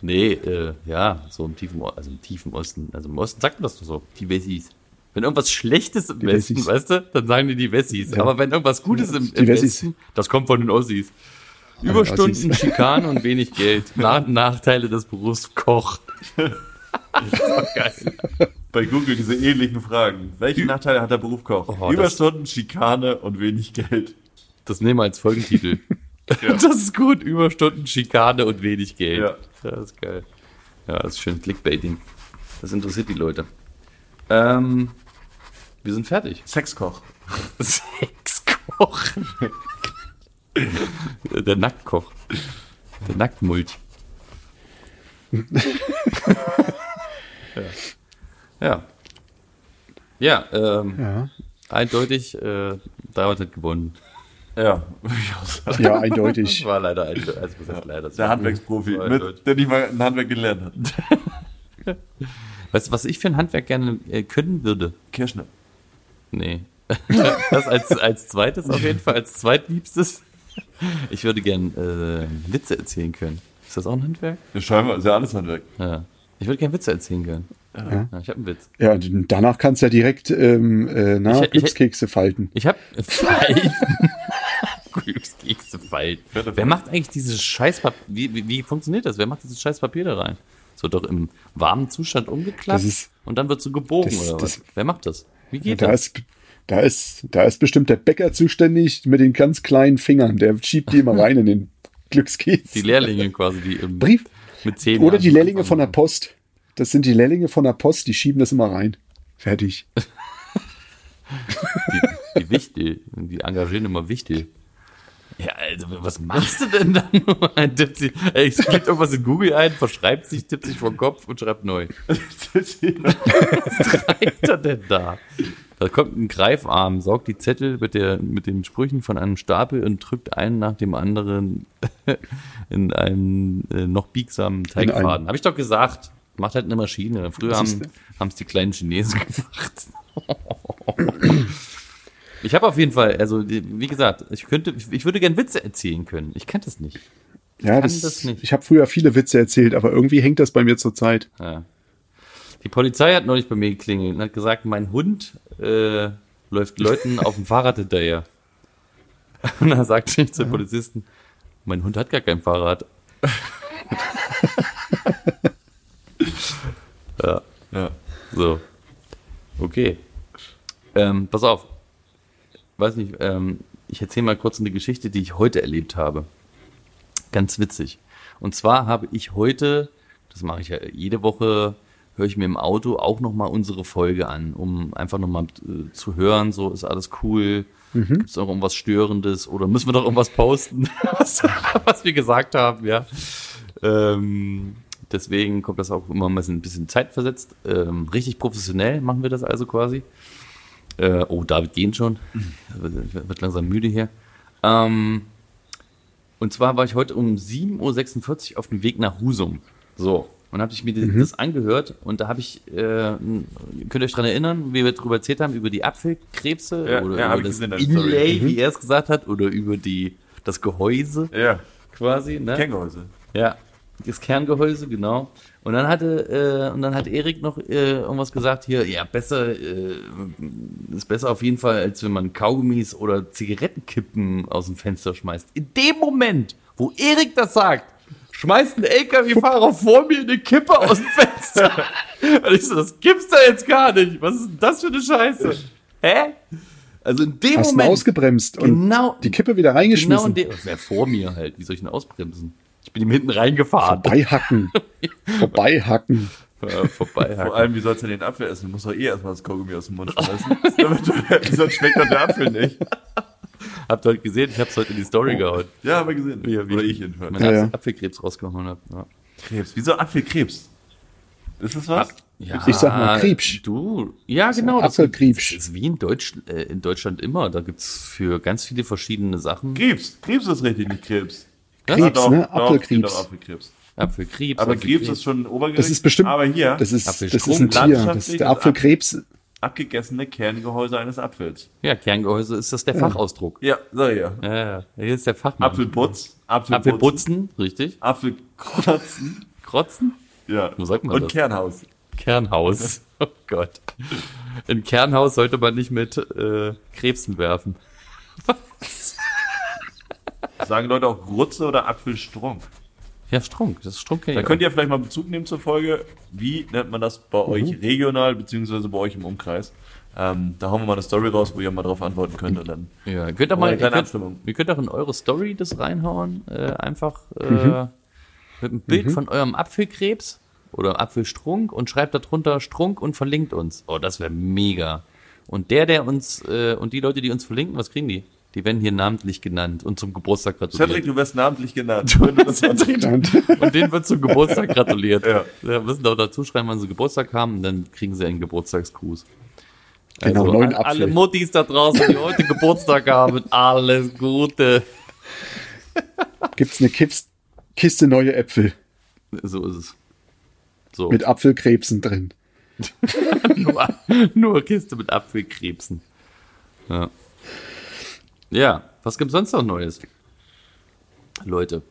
B: nee, äh, ja, so im tiefen, O- also im tiefen Osten. Also im Osten sagt man das doch so. Die Wessis. Wenn irgendwas Schlechtes im
C: Die
B: Westen,
C: Wessis.
B: weißt du, dann sagen die die Wessis. Aber wenn irgendwas Gutes im,
C: Die
B: im
C: Wessis.
B: Westen, das kommt von den Ossis. Überstunden,
C: Ossis.
B: Schikanen und wenig Geld. Na Nachteile des Berufs Koch. das ist doch geil.
A: Bei Google diese ähnlichen Fragen. Welche Nachteile hat der Beruf Koch?
B: Oh,
A: Überstunden, Schikane und wenig Geld.
B: Das nehmen wir als Folgentitel. (laughs) Das ist gut. Überstunden, Schikane und wenig Geld.
A: Ja.
B: Das ist geil. Ja, das ist schön Clickbaiting. Das interessiert die Leute. Ähm, wir sind (laughs) fertig.
A: Sexkoch.
B: (laughs) Sexkoch. Der Nacktkoch. Der Nacktmulch. Ja. Ja, ähm,
C: Ja,
B: eindeutig, äh, Darwin hat gewonnen.
A: Ja, (laughs) würde ich auch sagen.
C: ja
B: Das (laughs)
C: eindeutig.
B: war leider eindeutig. Also, was heißt leider? Das
A: Der
B: war-
A: Handwerksprofi,
B: Ja,
A: mit,
B: Leute.
A: der nicht mal ein Handwerk gelernt hat.
B: Weißt du, was ich für ein Handwerk gerne äh, können würde?
A: Kirschner.
B: Nee. (laughs) das als, als zweites auf jeden Fall, als zweitliebstes. Ich würde gern äh, Witze erzählen können. Ist das auch ein Handwerk?
A: Ja, scheinbar ist ja alles Handwerk. (laughs)
B: Ja. Ich würde gern Witze erzählen können. Ja. ich habe einen Witz.
C: Ja, d- danach kannst du ja direkt ähm, äh, na,
B: Ich- ich-
C: Glückskekse falten.
B: Ich habe Falten. (laughs) Glückskekse falten.
A: Vierte
B: Wer macht eigentlich dieses Scheißpapier? Wie, wie, wie funktioniert das? Wer macht dieses Scheißpapier da rein? So doch im warmen Zustand umgeklappt
C: Das ist-
B: und dann wird so gebogen
C: das-
B: oder
C: das-
B: was? Wer macht das? Wie geht
C: Da
B: das?
C: ist, da, ist, da ist bestimmt der Bäcker zuständig mit den ganz kleinen Fingern. Der schiebt die immer
B: (laughs)
C: rein in den Glückskeks.
B: Die Lehrlinge quasi, die im
C: Brief.
B: mit zehn
C: Oder
B: Jahren
C: die Lehrlinge von der
B: anfangen.
C: Post. Das sind die Lehrlinge von der Post, die schieben das immer rein. Fertig.
B: Die, die Wichtel, die engagieren immer Wichtel. Ja, also, was machst du denn dann? (laughs) Ein Tippt sie, ey, ich gibt irgendwas in Google ein, verschreibt sich, tippt sich vor den Kopf und schreibt neu. treibt (laughs) er denn da? Da kommt ein Greifarm, saugt die Zettel mit, der, mit den Sprüchen von einem Stapel und drückt einen nach dem anderen (laughs) in einen äh, noch biegsamen
C: einen-
B: Teigfaden. Habe ich doch gesagt. Macht halt eine Maschine. Früher haben
C: ist-
B: es die kleinen Chinesen (laughs) gemacht. Ich habe auf jeden Fall, also wie gesagt, ich könnte, ich würde gern Witze erzählen können. Ich kann das nicht.
C: Ja, das,
B: das nicht.
C: ich habe früher viele Witze erzählt, aber irgendwie hängt das bei mir zur Zeit.
B: Ja. Die Polizei hat neulich bei mir geklingelt und hat gesagt, mein Hund äh, läuft Leuten auf dem Fahrrad hinterher. (laughs) Und dann sagte ich zu den Polizisten, mein Hund hat gar kein Fahrrad. ja,
A: Ja.
B: so. Okay. Ähm, pass auf. Weiß nicht, ähm, ich erzähle mal kurz eine Geschichte, die ich heute erlebt habe. Ganz witzig. Und zwar habe ich heute, das mache ich ja jede Woche, höre ich mir im Auto auch nochmal unsere Folge an, um einfach nochmal äh, zu hören, so ist alles cool, gibt es noch irgendwas Störendes oder müssen wir doch irgendwas posten, (laughs) was, was wir gesagt haben, ja. Ähm, deswegen kommt das auch immer mal so ein bisschen zeitversetzt. Ähm, richtig professionell machen wir das also quasi. Äh, oh, David gehen schon. Wird wird langsam müde hier. Ähm, und zwar war ich heute um 7.46 Uhr auf dem Weg nach Husum. So. Und habe ich mir das angehört und da habe ich, äh, n- könnt ihr euch dran erinnern, wie wir darüber erzählt haben, über die Apfelkrebse
A: Ja,
B: oder
A: ja, hab
B: über
A: ich
B: das
A: gesehen, deine Story.
B: Inlay, wie er es gesagt hat, oder über die, das Gehäuse
A: Ja,
B: quasi. Ne?
A: Kängehäuse.
B: Ja, das Kerngehäuse, genau. Und dann hatte, äh, und dann hat Erik noch äh, irgendwas gesagt hier, ja, besser, äh, ist besser auf jeden Fall, als wenn man Kaugummis oder Zigarettenkippen aus dem Fenster schmeißt. In dem Moment, wo Erik das sagt, schmeißt ein LKW-Fahrer vor mir eine Kippe aus dem Fenster. (laughs) und ich so, das gibt's da jetzt gar nicht. Was ist denn das für eine Scheiße? Hä? Also in dem
C: Hast du
B: Moment.
C: ausgebremst
B: Genau.
C: und die Kippe wieder
B: Genau in
C: reingeschmissen.
B: dem. Wer vor mir halt, wie soll ich denn ausbremsen? Ich bin ihm hinten reingefahren. (laughs)
C: Vorbeihacken. Vorbeihacken.
B: Äh,
A: (laughs)
B: vorbei.
A: Vor allem, wie sollst du denn den Apfel essen? Du musst doch eh erstmal das Kaugummi aus dem Mund schmeißen. (laughs) damit du, sonst schmeckt doch der Apfel nicht.
B: Habt ihr heute gesehen? Ich hab's heute in die Story gehauen.
A: Ja, haben wir gesehen.
B: Ja, wie-
A: Oder ich jedenfalls.
B: Mein
C: Ja, ja.
B: Apf- Apfelkrebs rausgehauen hab. Ja.
A: Krebs. Wieso Apfelkrebs? Ist das was?
B: Ja,
C: Ich sag mal Kriebsch.
B: Du, ja, genau. Das
C: Apfelkriebsch.
B: Das ist wie in, Deutsch, äh, in Deutschland immer. Da gibt's für ganz viele verschiedene Sachen.
A: Krebs. Krebs ist richtig, nicht Krebs.
B: Krebs,
A: Ah, doch,
C: ne?
A: doch,
C: Apfelkrebs.
A: steht doch Apfelkrebs.
B: Apfelkrebs.
A: Aber Krebs ist schon Obergericht.
C: Das ist bestimmt.
A: Aber hier,
C: Das ist, das ist
B: Apfelstrom,
C: ein Tier. Das
A: landschaftlich
C: ist der
A: und ab-
C: Apfelkrebs.
A: abgegessene Kerngehäuse eines Apfels.
B: Ja, Kerngehäuse ist das der Fachausdruck.
A: Ja, sag ich ja.
B: Ja, ja. Hier ist der Fachmann.
A: Apfelputz. Apfelputz.
B: Apfelputzen, richtig.
A: Apfelkotzen.
B: Krotzen.
A: Ja.
B: Wo sagt man
A: Und
B: das?
A: Kernhaus.
B: (laughs) Kernhaus. Oh Gott. Im Kernhaus sollte man nicht mit äh, Krebsen werfen.
A: Sagen Leute auch Grutze oder Apfelstrunk.
B: Ja, Strunk. Das Strunk kenn
A: Da
B: ich
A: könnt ihr vielleicht mal Bezug nehmen zur Folge. Wie nennt man das bei
B: Mhm.
A: euch regional, beziehungsweise bei euch im Umkreis? Ähm, da hauen wir mal eine Story raus, wo ihr mal drauf antworten könnt. Und dann.
B: auch. Ja, könnt ihr Oh,
A: Oder
B: mal,
A: eine
B: ihr
A: kleine
B: könnt,
A: Abstimmung.
B: ihr könnt auch in eure Story das reinhauen. Äh, einfach äh, mit einem Bild von eurem Apfelkrebs oder Apfelstrunk und schreibt darunter Strunk und verlinkt uns. Oh, das wäre mega. Und der, der uns, äh, und die Leute, die uns verlinken, was kriegen die? Die werden hier namentlich genannt und zum Geburtstag gratuliert.
A: Cedric, du wirst namentlich genannt. Wenn du das machst.
B: Und denen wird zum Geburtstag gratuliert.
A: Ja.
B: Da müssen doch dazu schreiben, wann sie Geburtstag haben, und dann kriegen sie einen Geburtstagsgruß.
C: (laughs) Genau,
B: also,
C: neuen
B: an alle
C: Apfel.
B: Muttis da draußen, die heute Geburtstag haben, alles Gute.
C: Gibt's eine Kips Kiste neue Äpfel
B: So ist
C: (laughs)
B: es. So.
C: mit Apfelkrebsen drin.
B: nur, nur Kiste mit Apfelkrebsen. Ja. ja, was gibt's sonst noch Neues? Leute.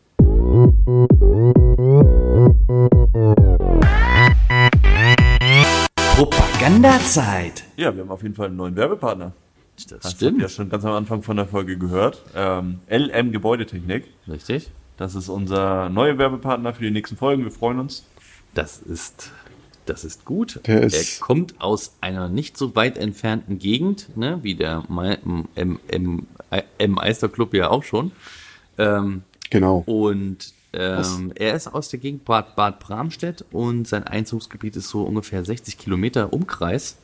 D: Propagandazeit.
A: (laughs) Ja, wir haben auf jeden Fall einen neuen Werbepartner.
B: Das
A: Habt ihr ja schon ganz am Anfang von der Folge gehört. Ähm, LM Gebäudetechnik.
B: Richtig.
A: Das ist unser neuer Werbepartner für die nächsten Folgen. Wir freuen uns.
B: Das ist, das ist gut.
C: Der ist-
B: er kommt aus einer nicht so weit entfernten Gegend, ne, wie der Me- M, M, M, M Meisterclub ja auch schon. Ähm,
C: Genau.
B: und ähm, er ist aus der Gegend Bad, Bad Bramstedt und sein Einzugsgebiet ist so ungefähr 60 Kilometer Umkreis.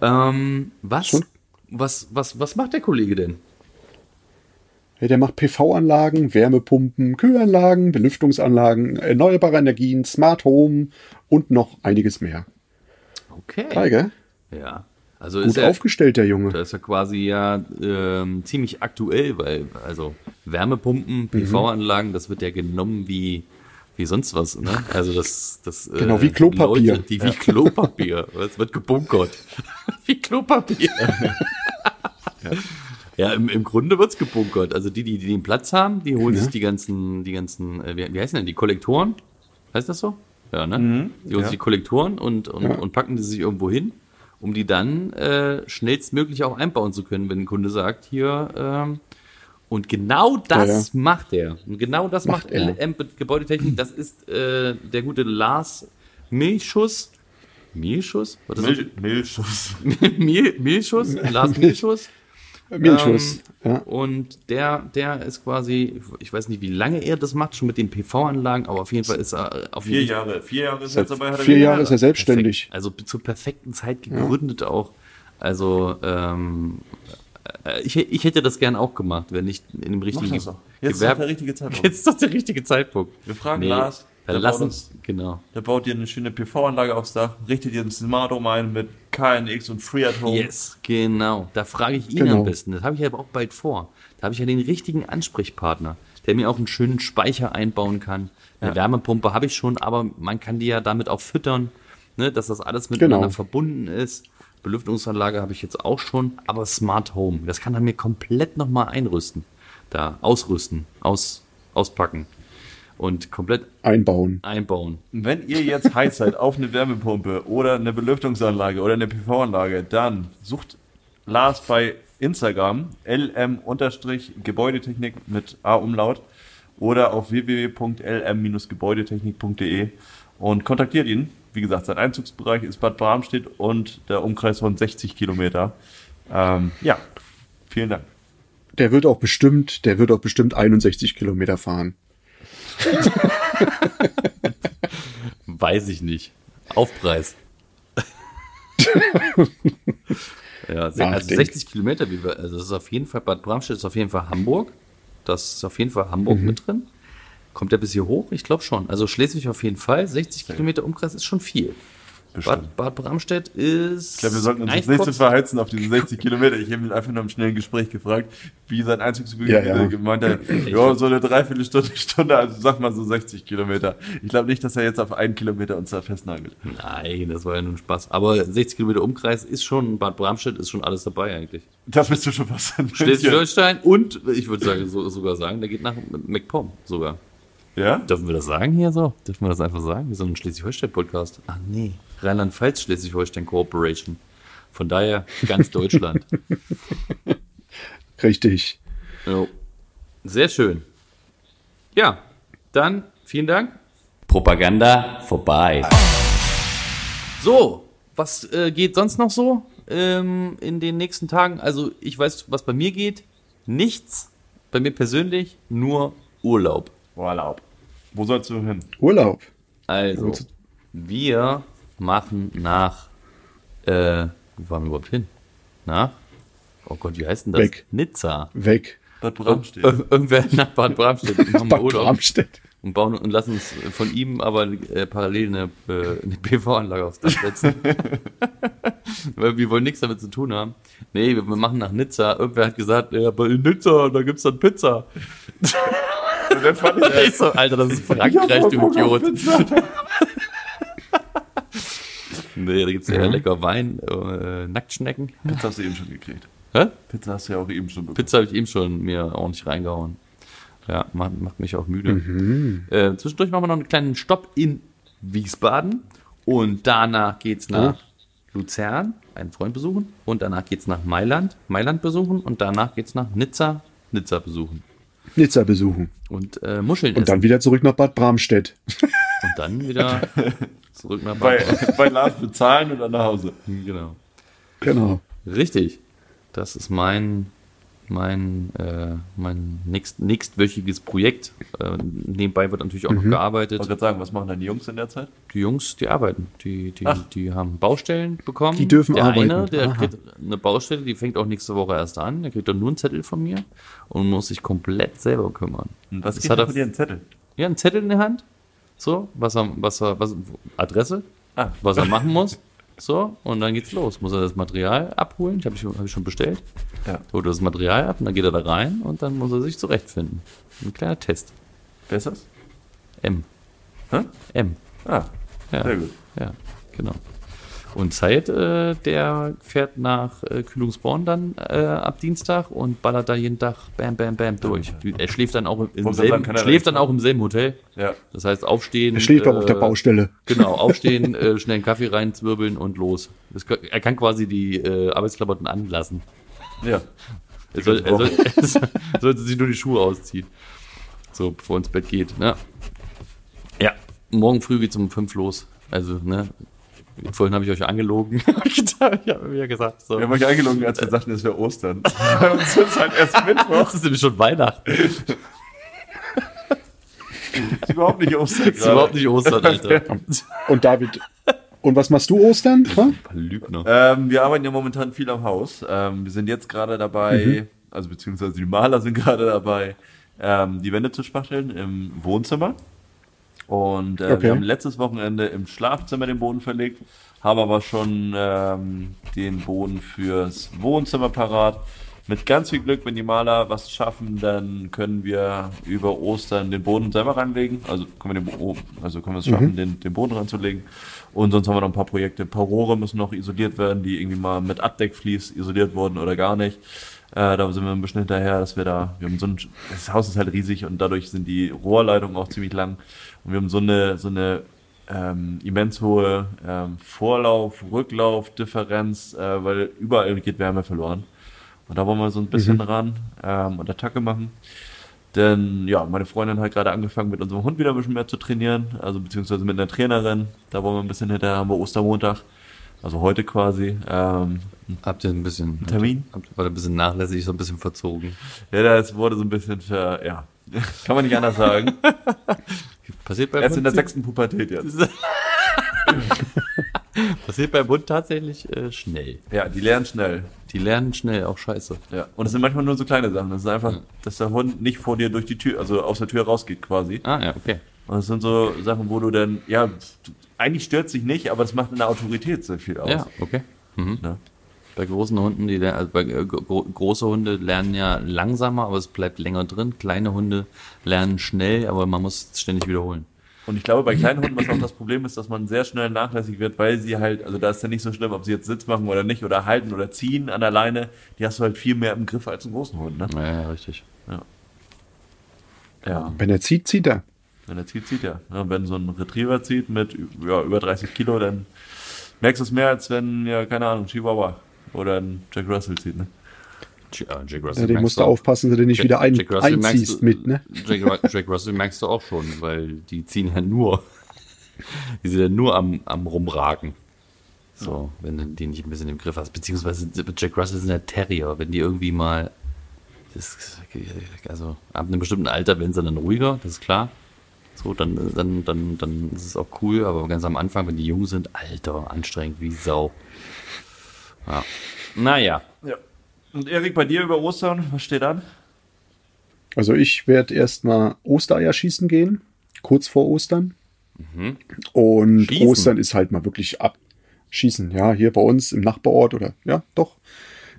B: Ähm, was,
C: Schon.
B: was, was, was macht der Kollege denn?
C: Ja, der macht PV-Anlagen, Wärmepumpen, Kühlanlagen, Belüftungsanlagen, erneuerbare Energien, Smart Home und noch einiges mehr.
B: Okay.
C: Geil, gell?
B: Ja. Also
C: Gut
B: ist er,
C: aufgestellt, der Junge.
B: Das ist ja quasi ja ähm, ziemlich aktuell, weil also Wärmepumpen,
C: Mhm.
B: PV-Anlagen, das wird ja genommen wie wie sonst was, ne? Also das das äh,
C: Genau, wie Klopapier.
B: Leute, die wie Klopapier. Es
C: (laughs)
B: wird gebunkert. wie Klopapier. Ja, im, im Grunde wird's gebunkert. Also die, die, die den Platz haben, die holen sich die ganzen, die ganzen, äh, wie, wie heißen denn die? Kollektoren? Heißt das so? Ja, ne? die holen sich die Kollektoren und, und, und packen die sich irgendwo hin, um die dann äh, schnellstmöglich auch einbauen zu können, wenn ein Kunde sagt, hier, ähm, und genau das macht er. Und genau das macht,
C: Macht er.
B: LM Gebäudetechnik. Das ist äh, der gute Lars Milchschuss. Milchschuss? War das
A: Mil Milchschuss.
B: (laughs) Mil Milchschuss? (laughs) Lars Milchschuss?
C: Milchschuss.
B: Ähm,
C: ja.
B: Und der, der ist quasi, ich weiß nicht, wie lange er das macht, schon mit den PV-Anlagen, aber auf jeden Fall ist er äh, auf
A: Vier
B: jeden
A: Jahre. Vier Jahre ist er jetzt dabei. Hat er
C: Äh, Vier
A: wieder-
C: Jahre ist er selbstständig.
B: Perfekt. Also zur perfekten Zeit gegründet auch. Also ähm, äh, ich, ich hätte das gern auch gemacht, wenn ich in dem
A: Mach
B: richtigen
A: das doch. Jetzt ist
B: Gewerb-
A: der richtige Zeitpunkt.
B: Jetzt ist doch der richtige Zeitpunkt.
A: Wir fragen Lars,
B: Dann
A: der
B: lass
A: baut
B: uns, genau.
A: Der baut dir eine schöne PV-Anlage aufs Dach, richtet dir ein Smart Home ein mit KNX und Free at Home.
B: Yes, genau. Da frage ich ihn
C: Genau.
B: am besten. Das habe ich aber auch bald vor. Da habe ich ja den richtigen Ansprechpartner, der mir auch einen schönen Speicher einbauen kann. Eine Wärmepumpe habe ich schon, aber man kann die ja damit auch füttern, ne, dass das alles miteinander
C: Genau.
B: verbunden ist. Belüftungsanlage habe ich jetzt auch schon, aber Smart Home, das kann er mir komplett nochmal einrüsten. Da ausrüsten, aus, auspacken und komplett
C: Einbauen.
B: einbauen.
A: Und wenn ihr jetzt heiß seid auf eine Wärmepumpe oder eine Belüftungsanlage oder eine PV-Anlage, dann sucht Lars bei Instagram lm-gebäudetechnik mit A-Umlaut oder auf www.lm-gebäudetechnik.de E und kontaktiert ihn. Wie gesagt, sein Einzugsbereich ist Bad Bramstedt und der Umkreis von 60 Kilometer. Ähm, ja, vielen Dank.
C: Der wird auch bestimmt, der wird auch bestimmt 61 Kilometer fahren.
B: Weiß ich nicht.
A: (laughs)
B: Aufpreis. ja, se- also
C: Nachdenken.
B: 60 Kilometer, wie wir, also das ist auf jeden Fall, Bad Bramstedt ist auf jeden Fall Hamburg. Das ist auf jeden Fall Hamburg
A: Mhm.
B: mit drin. Kommt der bis hier hoch? Ich glaube schon. Also Schleswig auf jeden Fall. 60 Kilometer Umkreis ist schon viel. Bad, Bad Bramstedt ist.
A: Ich glaube, wir sollten uns
B: eigentlich
A: das nächste
B: kurz-
A: verheizen auf diese 60 Kilometer. Ich habe ihn einfach nur im schnellen Gespräch gefragt, wie sein Einzugsgebiet
C: Ja, ja.
A: gemeint hat. Ja, so eine Dreiviertelstunde, (laughs) Stunde, also sag mal so 60 Kilometer. Ich glaube nicht, dass er jetzt auf einen Kilometer uns da festnagelt.
B: Nein, das war ja nur ein Spaß. Aber 60 Kilometer Umkreis ist schon, Bad Bramstedt ist schon alles dabei eigentlich.
A: Da bist du schon was an
B: Schleswig-Holstein und, ich würde sagen, so, sogar sagen, der geht nach MacPom sogar.
A: Ja?
B: Dürfen wir das sagen hier so? Dürfen wir das einfach sagen? Wir sind ein Schleswig-Holstein-Podcast. Ach nee. Rheinland-Pfalz Schleswig-Holstein Corporation. Von daher ganz Deutschland.
C: Richtig.
B: jo. Sehr schön. Ja, dann vielen Dank.
D: Propaganda vorbei.
B: So, was äh, geht sonst noch so ähm, in den nächsten Tagen? Also ich weiß, was bei mir geht. Nichts. Bei mir persönlich nur Urlaub.
A: Urlaub. Wo sollst du hin?
C: Urlaub.
B: Also, wir machen nach. Äh, wo waren wir überhaupt hin? Nach oh Gott, wie heißt denn das?
C: Weg.
B: Nizza.
C: weg.
A: Bad
B: Ir- Irgendwer (laughs) nach Bad Bramstedt machen
C: Bad
B: wir Urlaub
C: Bramstedt.
B: und bauen und lassen uns von ihm aber äh, parallel eine, äh, eine PV-Anlage aufs Dach
C: (laughs)
B: setzen. Weil wir wollen nichts damit zu tun haben. Nee, wir wir machen nach Nizza. Irgendwer hat gesagt, ja, aber in Nizza, da gibt's dann Pizza.
A: Und dann fand ich,
B: Ich so, Alter, das ist Frankreich, du Idiot. (laughs) Nee, da gibt's ja lecker Wein, äh, Nacktschnecken.
A: Pizza hast du eben schon gekriegt.
B: Hä?
A: Pizza hast du ja auch eben schon bekommen.
B: Pizza habe ich eben schon mir ordentlich reingehauen. Ja, macht, macht mich auch müde.
C: Mhm.
B: Äh, zwischendurch machen wir noch einen kleinen Stopp in Wiesbaden und danach geht's
C: Oh.
B: nach Luzern, einen Freund besuchen und danach geht's nach Mailand, Mailand besuchen und danach geht's nach Nizza, Nizza besuchen
C: Nizza besuchen.
B: und äh, Muscheln
C: Und dann wieder zurück nach Bad Bramstedt.
B: und dann
C: (laughs)
B: wieder zurück nach
A: Bei,
B: Bayern.
A: bei Lars bezahlen und dann nach Hause.
B: Genau.
C: Genau.
B: Richtig. Das ist mein mein äh, mein nächst, nächstwöchiges Projekt. Äh, nebenbei wird natürlich auch noch
A: Ich
B: gearbeitet.
A: wollte gerade sagen, was machen dann die Jungs in der Zeit?
B: Die Jungs, die arbeiten. Die, die,
A: Ach.
B: die haben Baustellen bekommen.
C: Die dürfen
B: der
C: arbeiten.
B: Eine, der
C: Aha.
B: kriegt eine Baustelle, die fängt auch nächste Woche erst an. Der kriegt dann nur einen Zettel von mir und muss sich komplett selber kümmern.
A: Und was
B: Das
A: geht
B: hat
A: denn
B: er-
A: von dir ein Zettel?
B: Ja, einen Zettel in der Hand. So, was er, was er, was, Adresse,
A: Ah,
B: was er machen muss. So, und dann geht's los. Muss er das Material abholen? Ich habe ich, hab ich schon bestellt.
A: Ja.
B: Holt er das Material ab und dann geht er da rein und dann muss er sich zurechtfinden. Ein kleiner Test.
A: wer ist das?
B: M.
A: Hä?
B: M.
A: Ah,
B: Ja.
A: sehr gut.
B: Ja, genau. Und Zeit, äh, der fährt nach äh, Kühlungsborn dann äh, ab Dienstag und ballert da jeden Tag bam, bam, bam durch. Er schläft dann auch im, im
A: Wollte
B: selben,
A: sagen, kann er
B: schläft
A: da
B: dann auch im selben Hotel.
A: Ja.
B: Das heißt, aufstehen. äh,
C: Er schläft auch auf der Baustelle.
B: Genau, aufstehen, (laughs) äh, schnell einen Kaffee reinzwirbeln und los. Das, kann- er kann quasi die äh, Arbeitsklamotten anlassen.
A: Ja.
B: Er, soll, er, soll, (laughs) er sollte sich nur die Schuhe ausziehen. So, bevor er ins Bett geht. Ne? Ja, morgen früh geht's um fünf los. Also, ne? Vorhin habe ich euch angelogen. (laughs) ich habe mir gesagt, so.
A: Wir haben euch eingelogen, als wir sagten, es wäre Ostern. (laughs) Bei uns ist halt erst
B: (laughs)
A: Mittwoch.
B: das ist nämlich schon Weihnachten.
A: Ist überhaupt nicht Ostern.
B: Das ist überhaupt nicht
A: (laughs)
B: Ostern, Alter.
C: Und
B: (laughs)
C: David, und was machst du Ostern? Ha?
B: Lügner.
A: Ähm, wir arbeiten ja momentan viel am Haus. Ähm, wir sind jetzt gerade dabei,
B: Mhm.
A: also beziehungsweise die Maler sind gerade dabei, ähm, die Wände zu spachteln im Wohnzimmer. Und äh,
C: Okay.
A: wir haben letztes Wochenende im Schlafzimmer den Boden verlegt, haben aber schon ähm, den Boden fürs Wohnzimmer parat. Mit ganz viel Glück, wenn die Maler was schaffen, dann können wir über Ostern den Boden selber reinlegen. Also können wir, den Bo also können wir es schaffen, den, den Boden reinzulegen. Und sonst haben wir noch ein paar Projekte. Ein paar Rohre müssen noch isoliert werden, die irgendwie mal mit Abdeckflies isoliert wurden oder gar nicht. Äh, da sind wir ein bisschen hinterher, dass wir da, wir haben so ein, das Haus ist halt riesig und dadurch sind die Rohrleitungen auch ziemlich lang. Und wir haben so eine, so eine ähm, immens hohe ähm, Vorlauf, Rücklauf, Differenz, äh, weil überall geht Wärme verloren. Und da wollen wir so ein bisschen ran ähm, und Attacke machen. Denn ja, meine Freundin hat gerade angefangen, mit unserem Hund wieder ein bisschen mehr zu trainieren, also beziehungsweise mit einer Trainerin. Da wollen wir ein bisschen hinterher, haben wir Ostermontag, also heute quasi, ähm,
B: Habt ihr ein bisschen.
A: Termin?
B: Habt, war ein bisschen nachlässig, so ein bisschen verzogen.
A: Ja, das wurde so ein bisschen ver. Ja. (laughs) Kann man nicht anders sagen.
B: Passiert bei
A: Er ist in der
B: Prinzip-
A: sechsten Pubertät jetzt.
B: (laughs) Passiert beim Bund tatsächlich äh, schnell.
A: Ja, die lernen schnell.
B: Die lernen schnell, auch scheiße.
A: Ja. Und es sind manchmal nur so kleine Sachen. Das ist einfach, dass der Hund nicht vor dir durch die Tür, also aus der Tür rausgeht quasi.
B: Ah, ja, okay.
A: Und es sind so Sachen, wo du dann, ja, du- eigentlich stört sich nicht, aber das macht in der Autorität sehr viel aus.
B: Ja, okay. Mhm.
A: Ne?
B: Bei großen Hunden, die ler- also bei, äh, gro große Hunde lernen ja langsamer, aber es bleibt länger drin. Kleine Hunde lernen schnell, aber man muss es ständig wiederholen.
A: Und ich glaube, bei kleinen Hunden, was auch das Problem ist, dass man sehr schnell nachlässig wird, weil sie halt, also da ist ja nicht so schlimm, ob sie jetzt Sitz machen oder nicht, oder halten oder ziehen an der Leine, die hast du halt viel mehr im Griff als einen großen Hund, ne?
B: Ja, ja, richtig.
A: Ja.
C: Wenn er zieht, zieht er.
A: Wenn er zieht, zieht er. Ja, wenn so ein Retriever zieht mit ja, über 30 Kilo, dann merkst du es mehr, als wenn, ja, keine Ahnung, Chihuahua oder ein Jack Russell zieht. Ne?
B: Ja, Jack
C: Ja,
B: Russell
C: den musst du aufpassen, dass du den nicht wieder ein, einziehst mit. Ne?
B: Jack, Ru- Jack Russell merkst du auch schon, weil die ziehen ja nur. (laughs) Die sind ja nur am, am Rumragen. So, wenn du die nicht ein bisschen im Griff hast. Beziehungsweise Jack Russell sind ja Terrier, wenn die irgendwie mal. Das, also ab einem bestimmten Alter werden sie dann ruhiger, das ist klar. So, dann, dann, dann, dann ist es auch cool, aber ganz am Anfang, wenn die jung sind, alter, anstrengend wie Sau. Ja. Naja.
A: Ja. Und Erik, bei dir über Ostern, was steht an?
C: Also ich werde erstmal Ostereier schießen gehen, kurz vor Ostern. Und
B: Schießen?
C: Ostern ist halt mal wirklich ab. Schießen, ja, hier bei uns im Nachbarort oder ja, doch.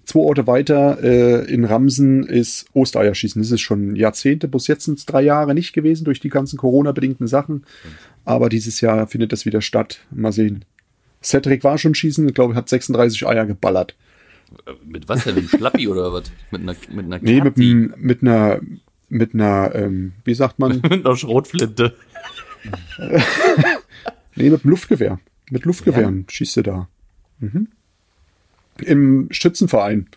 C: Zwei Orte weiter äh, in Ramsen ist Ostereierschießen. Das ist schon Jahrzehnte, bis jetzt sind es drei Jahre nicht gewesen durch die ganzen Corona-bedingten Sachen. Aber dieses Jahr findet das wieder statt. Mal sehen. Cedric war schon schießen, ich glaube, hat 36 Eier geballert.
B: Mit was denn? Mit einem Schlappi oder was? Mit einer, mit einer
C: Nee, mit,
B: Kati?
C: nem- mit einer, mit einer, ähm, wie sagt man?
B: (laughs) mit einer Schrotflinte.
C: Nee, mit dem Luftgewehr. Mit Luftgewehren schießt du da. Mhm. Im Schützenverein.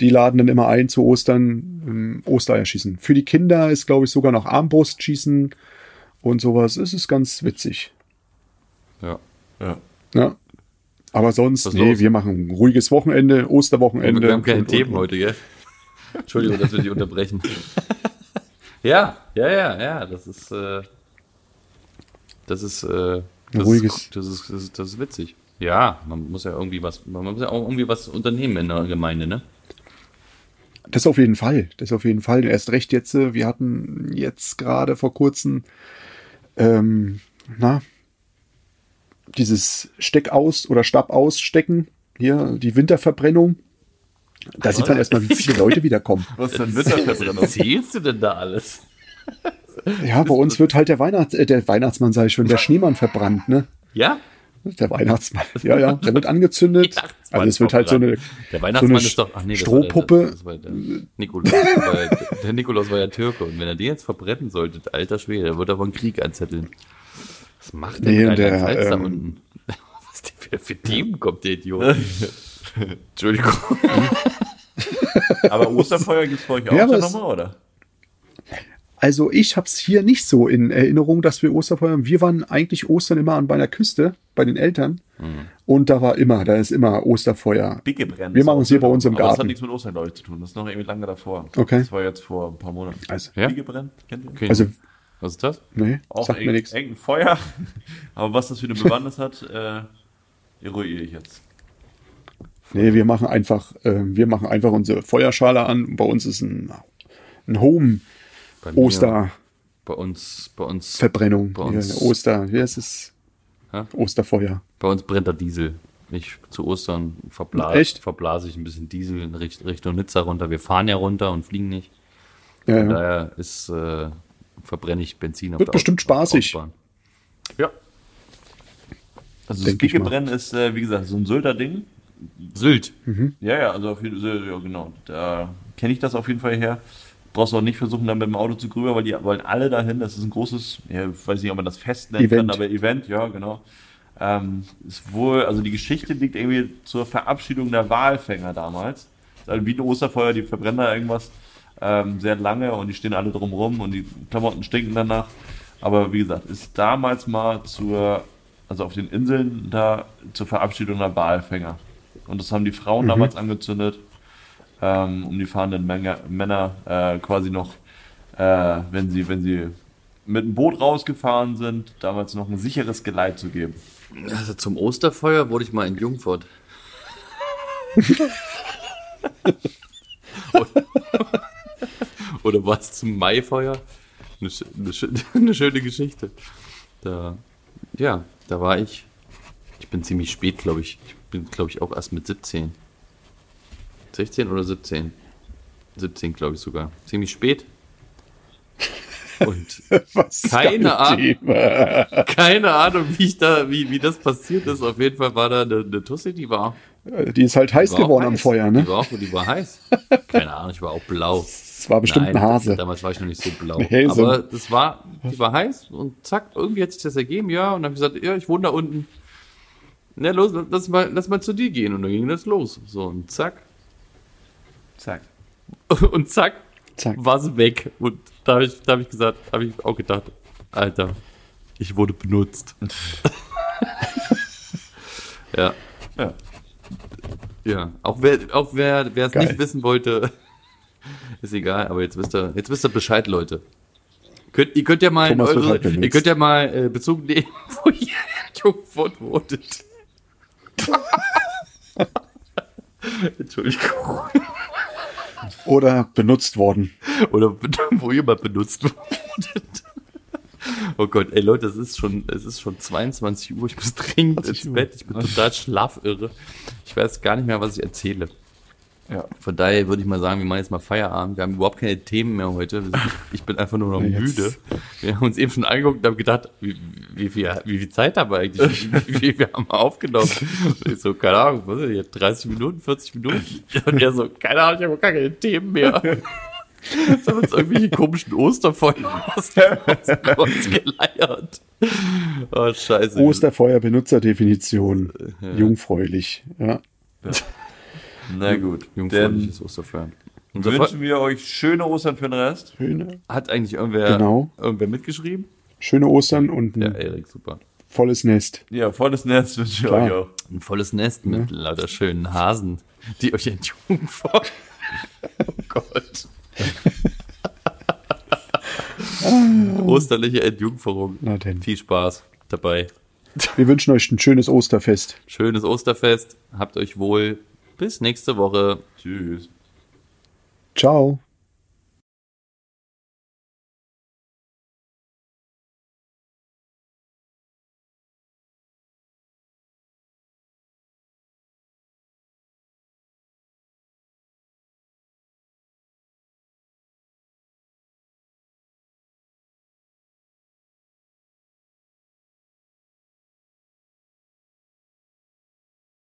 C: Die laden dann immer ein zu Ostern, ähm, Ostereier schießen. Für die Kinder ist, glaube ich, sogar noch Armbrust schießen und sowas. Es ist ganz witzig.
B: Ja.
A: Ja.
C: Ja. Aber sonst,
B: Was
C: nee,
B: los?
C: wir machen ein ruhiges Wochenende, Osterwochenende.
B: Wir haben keine
C: und, und,
B: Themen
C: und.
B: heute, gell? Entschuldigung, dass wir
C: (laughs)
B: dich unterbrechen. ja, ja, ja, ja, das ist, äh, das ist, äh, das,
C: ruhiges-
B: ist das, ist, das, ist, das ist witzig. Ja, man muss ja irgendwie was, man muss ja auch irgendwie was unternehmen in der Gemeinde, ne?
C: Das auf jeden Fall, das auf jeden Fall. Erst recht jetzt, äh, wir hatten jetzt gerade vor kurzem, ähm, na, dieses Steck aus oder Stab ausstecken, hier die Winterverbrennung. Da sieht man erstmal, wie
B: (laughs)
C: viele Leute wiederkommen.
A: Was ist denn Winterverbrennung?
B: erzählst du denn da alles?
C: Ja, bei uns wird halt der Weihnachts, äh, der Weihnachtsmann, sage ich schon, der Schneemann verbrannt, ne?
B: Ja?
C: Der Weihnachtsmann. Ja, ja, der wird
B: (laughs)
C: angezündet.
B: Weihnachtsmann
C: Also es wird halt so eine,
B: Der
C: so
B: Weihnachtsmann
C: eine
B: ist doch, ach nee, das war der-
C: Strohpuppe.
B: Das war der, Nikolaus, das war der, der Nikolaus war ja Türke und wenn er den jetzt verbrennen sollte, alter Schwede, der wird davon Krieg anzetteln. Was macht der
C: Nee,
B: mit
C: und
B: einer
C: der,
B: Salz da
C: ähm,
B: unten? (laughs) Was der für, für Themen kommt, der (laughs) Idiot? Entschuldigung.
A: Aber Osterfeuer gibt's bei euch auch
C: Ja,
A: ja,
C: aber es-
A: nochmal, oder?
C: Also ich habe es hier nicht so in Erinnerung, dass wir Osterfeuer haben. Wir waren eigentlich Ostern immer an bei einer Küste bei den Eltern.
B: Mhm.
C: Und da war immer, da ist immer Osterfeuer.
A: Bicke brennen.
C: Wir machen es hier bei uns im
A: Aber Das hat
C: Garten.
A: nichts mit Ostern, glaube ich, zu tun. Das ist noch irgendwie lange davor.
C: Okay.
A: Das war jetzt vor ein paar Monaten.
C: Also,
B: Ja?
A: Bicke brennen, kennt ihr?
B: Okay.
C: also
B: was ist das?
C: nee,
A: Auch
C: sagt mir
A: eng,
C: nichts.
A: eng Feuer. (laughs) Aber was das für eine Bewandtnis hat, äh, eruiere ich jetzt.
C: Nee, wir machen einfach, äh, wir machen einfach unsere Feuerschale an. Und Bei uns ist ein, ein Home
B: Bei mir,
C: Osterverbrennung.
B: Bei uns, bei uns, Bei
C: Hier,
B: uns.
C: Oster, ja, es ist
B: Hä?
C: Osterfeuer.
B: bei uns brennt der Diesel. Ich zu Ostern verblase,
C: Echt?
B: verblase ich ein bisschen Diesel in Richt- Richtung Nizza runter. Wir fahren ja runter und fliegen nicht.
C: Ja,
B: Von
C: ja.
B: daher ist, äh, verbrenne ich Benzin. auf
C: Wird
B: der
C: bestimmt
B: Aut- auf der
C: spaßig.
B: Autobahn. Ja.
A: Also
C: Denk
A: das
C: ich
A: Bicke
C: mal.
A: brennen ist, äh, wie gesagt, so ein Sylter Ding.
B: Sylt.
A: Ja, ja, also auf jeden Fall, ja, genau. Da kenne ich das auf jeden Fall her. Brauchst auch nicht versuchen, dann mit dem Auto zu grüber, weil die wollen alle dahin. Das ist ein großes, ja, ich weiß nicht, ob man das Fest nennt,
C: Event.
A: aber Event, ja, genau. Ähm, ist wohl, also die Geschichte liegt irgendwie zur Verabschiedung der Walfänger damals. Also wie ein Osterfeuer, die verbrennen da irgendwas ähm, sehr lange und die stehen alle drumrum und die Klamotten stinken danach. Aber wie gesagt, ist damals mal zur, also auf den Inseln da zur Verabschiedung der Walfänger. Und das haben die Frauen damals angezündet, ähm, um die fahrenden Menge, Männer äh, quasi noch, äh, wenn sie, wenn sie mit dem Boot rausgefahren sind, damals noch ein sicheres Geleit zu geben.
B: Also zum Osterfeuer wurde ich mal in Jungfurt. Oder war es zum Maifeuer? Eine, schö- eine, schö- (laughs) eine schöne Geschichte. Da, ja, da war ich. Ich bin ziemlich spät, glaube ich. Ich bin, glaube ich, auch erst mit 17. 16 oder 17? 17, glaube ich sogar. Ziemlich spät. Und
C: (laughs) Was ist
B: Keine
C: dein
B: Ahnung.
C: Thema?
B: keine Ahnung, wie ich da, wie, wie das passiert ist. Auf jeden Fall war da eine, eine Tussi, die war,
C: Die ist halt heiß
B: die war auch
C: geworden am
B: heiß.
C: Feuer, ne?
B: Die war, auch, die war heiß. Keine Ahnung, ich war auch blau.
C: Es war bestimmt ein Hase.
B: Damals war ich noch nicht so blau.
C: Nee, so-
B: Aber das war, die war heiß und zack, irgendwie hat sich das ergeben, ja. Und dann habe ich gesagt, ja, ich wohne da unten. Na los, lass mal, lass mal zu dir gehen. Und dann ging das los. So, und zack. (laughs)
A: Zack.
B: Und zack,
C: Zack.
B: war sie weg. Und da habe ich, da hab ich gesagt, habe ich auch gedacht, Alter, ich wurde benutzt. ja.
A: Ja.
B: Ja. Auch wer auch wer wer es
C: Geil.
B: nicht wissen wollte, (laughs) ist egal, aber jetzt wisst ihr, jetzt wisst ihr Bescheid, Leute. Könnt, ihr könnt ja mal in
C: Thomas wird
B: eure,
C: halt benutzt.
B: ihr könnt ja mal äh, Bezug nehmen, (laughs) wo ihr in
C: (laughs)
B: Jungfurt wohntet. Entschuldigung.
C: Oder benutzt worden.
B: Oder (laughs) wo jemand benutzt wurde. Oh Gott, ey Leute, es ist schon, es ist schon 22 Uhr. Ich muss dringend ins Bett. Ich bin total schlafirre. Ich weiß gar nicht mehr, was ich erzähle.
A: Ja.
B: Von daher würde ich mal sagen, wir machen jetzt mal Feierabend. Wir haben überhaupt keine Themen mehr heute. Wir sind- Ich bin einfach nur noch
C: jetzt.
B: müde. Wir haben uns eben schon angeguckt und haben gedacht, wie, wie, viel, wie viel Zeit haben wir eigentlich? Wie, wie, wir haben aufgenommen. Und ich so, keine Ahnung, was ist das jetzt? 30 Minuten, 40 Minuten? Und er so, keine Ahnung, ich habe gar keine Themen mehr. Jetzt haben wir uns irgendwelche komischen Osterfeuer aus dem Kreuz geleiert. Oh, scheiße.
C: Osterfeuer Benutzerdefinition. Jungfräulich. Ja.
A: Na gut. Dann
B: Jungfräuliches Osterfeuer. Unser Feu-
A: wünschen wir euch schöne Ostern für den Rest.
C: Schöne,
B: hat eigentlich irgendwer,
C: Genau.
B: irgendwer mitgeschrieben?
C: schöne Ostern und ein
B: Ja, Erik, super.
C: volles Nest.
A: Ja, volles Nest wünsche ich
C: Klar.
A: euch auch.
B: Ein volles Nest mit lauter schönen Hasen, die euch entjungen wollen. (laughs) Oh Gott. Osterliche Entjungferung.
C: Ah. Na denn.
B: Viel Spaß dabei.
C: Wir wünschen euch ein schönes Osterfest.
B: Schönes Osterfest. Habt euch wohl. Bis nächste Woche.
A: Tschüss.
C: Ciao.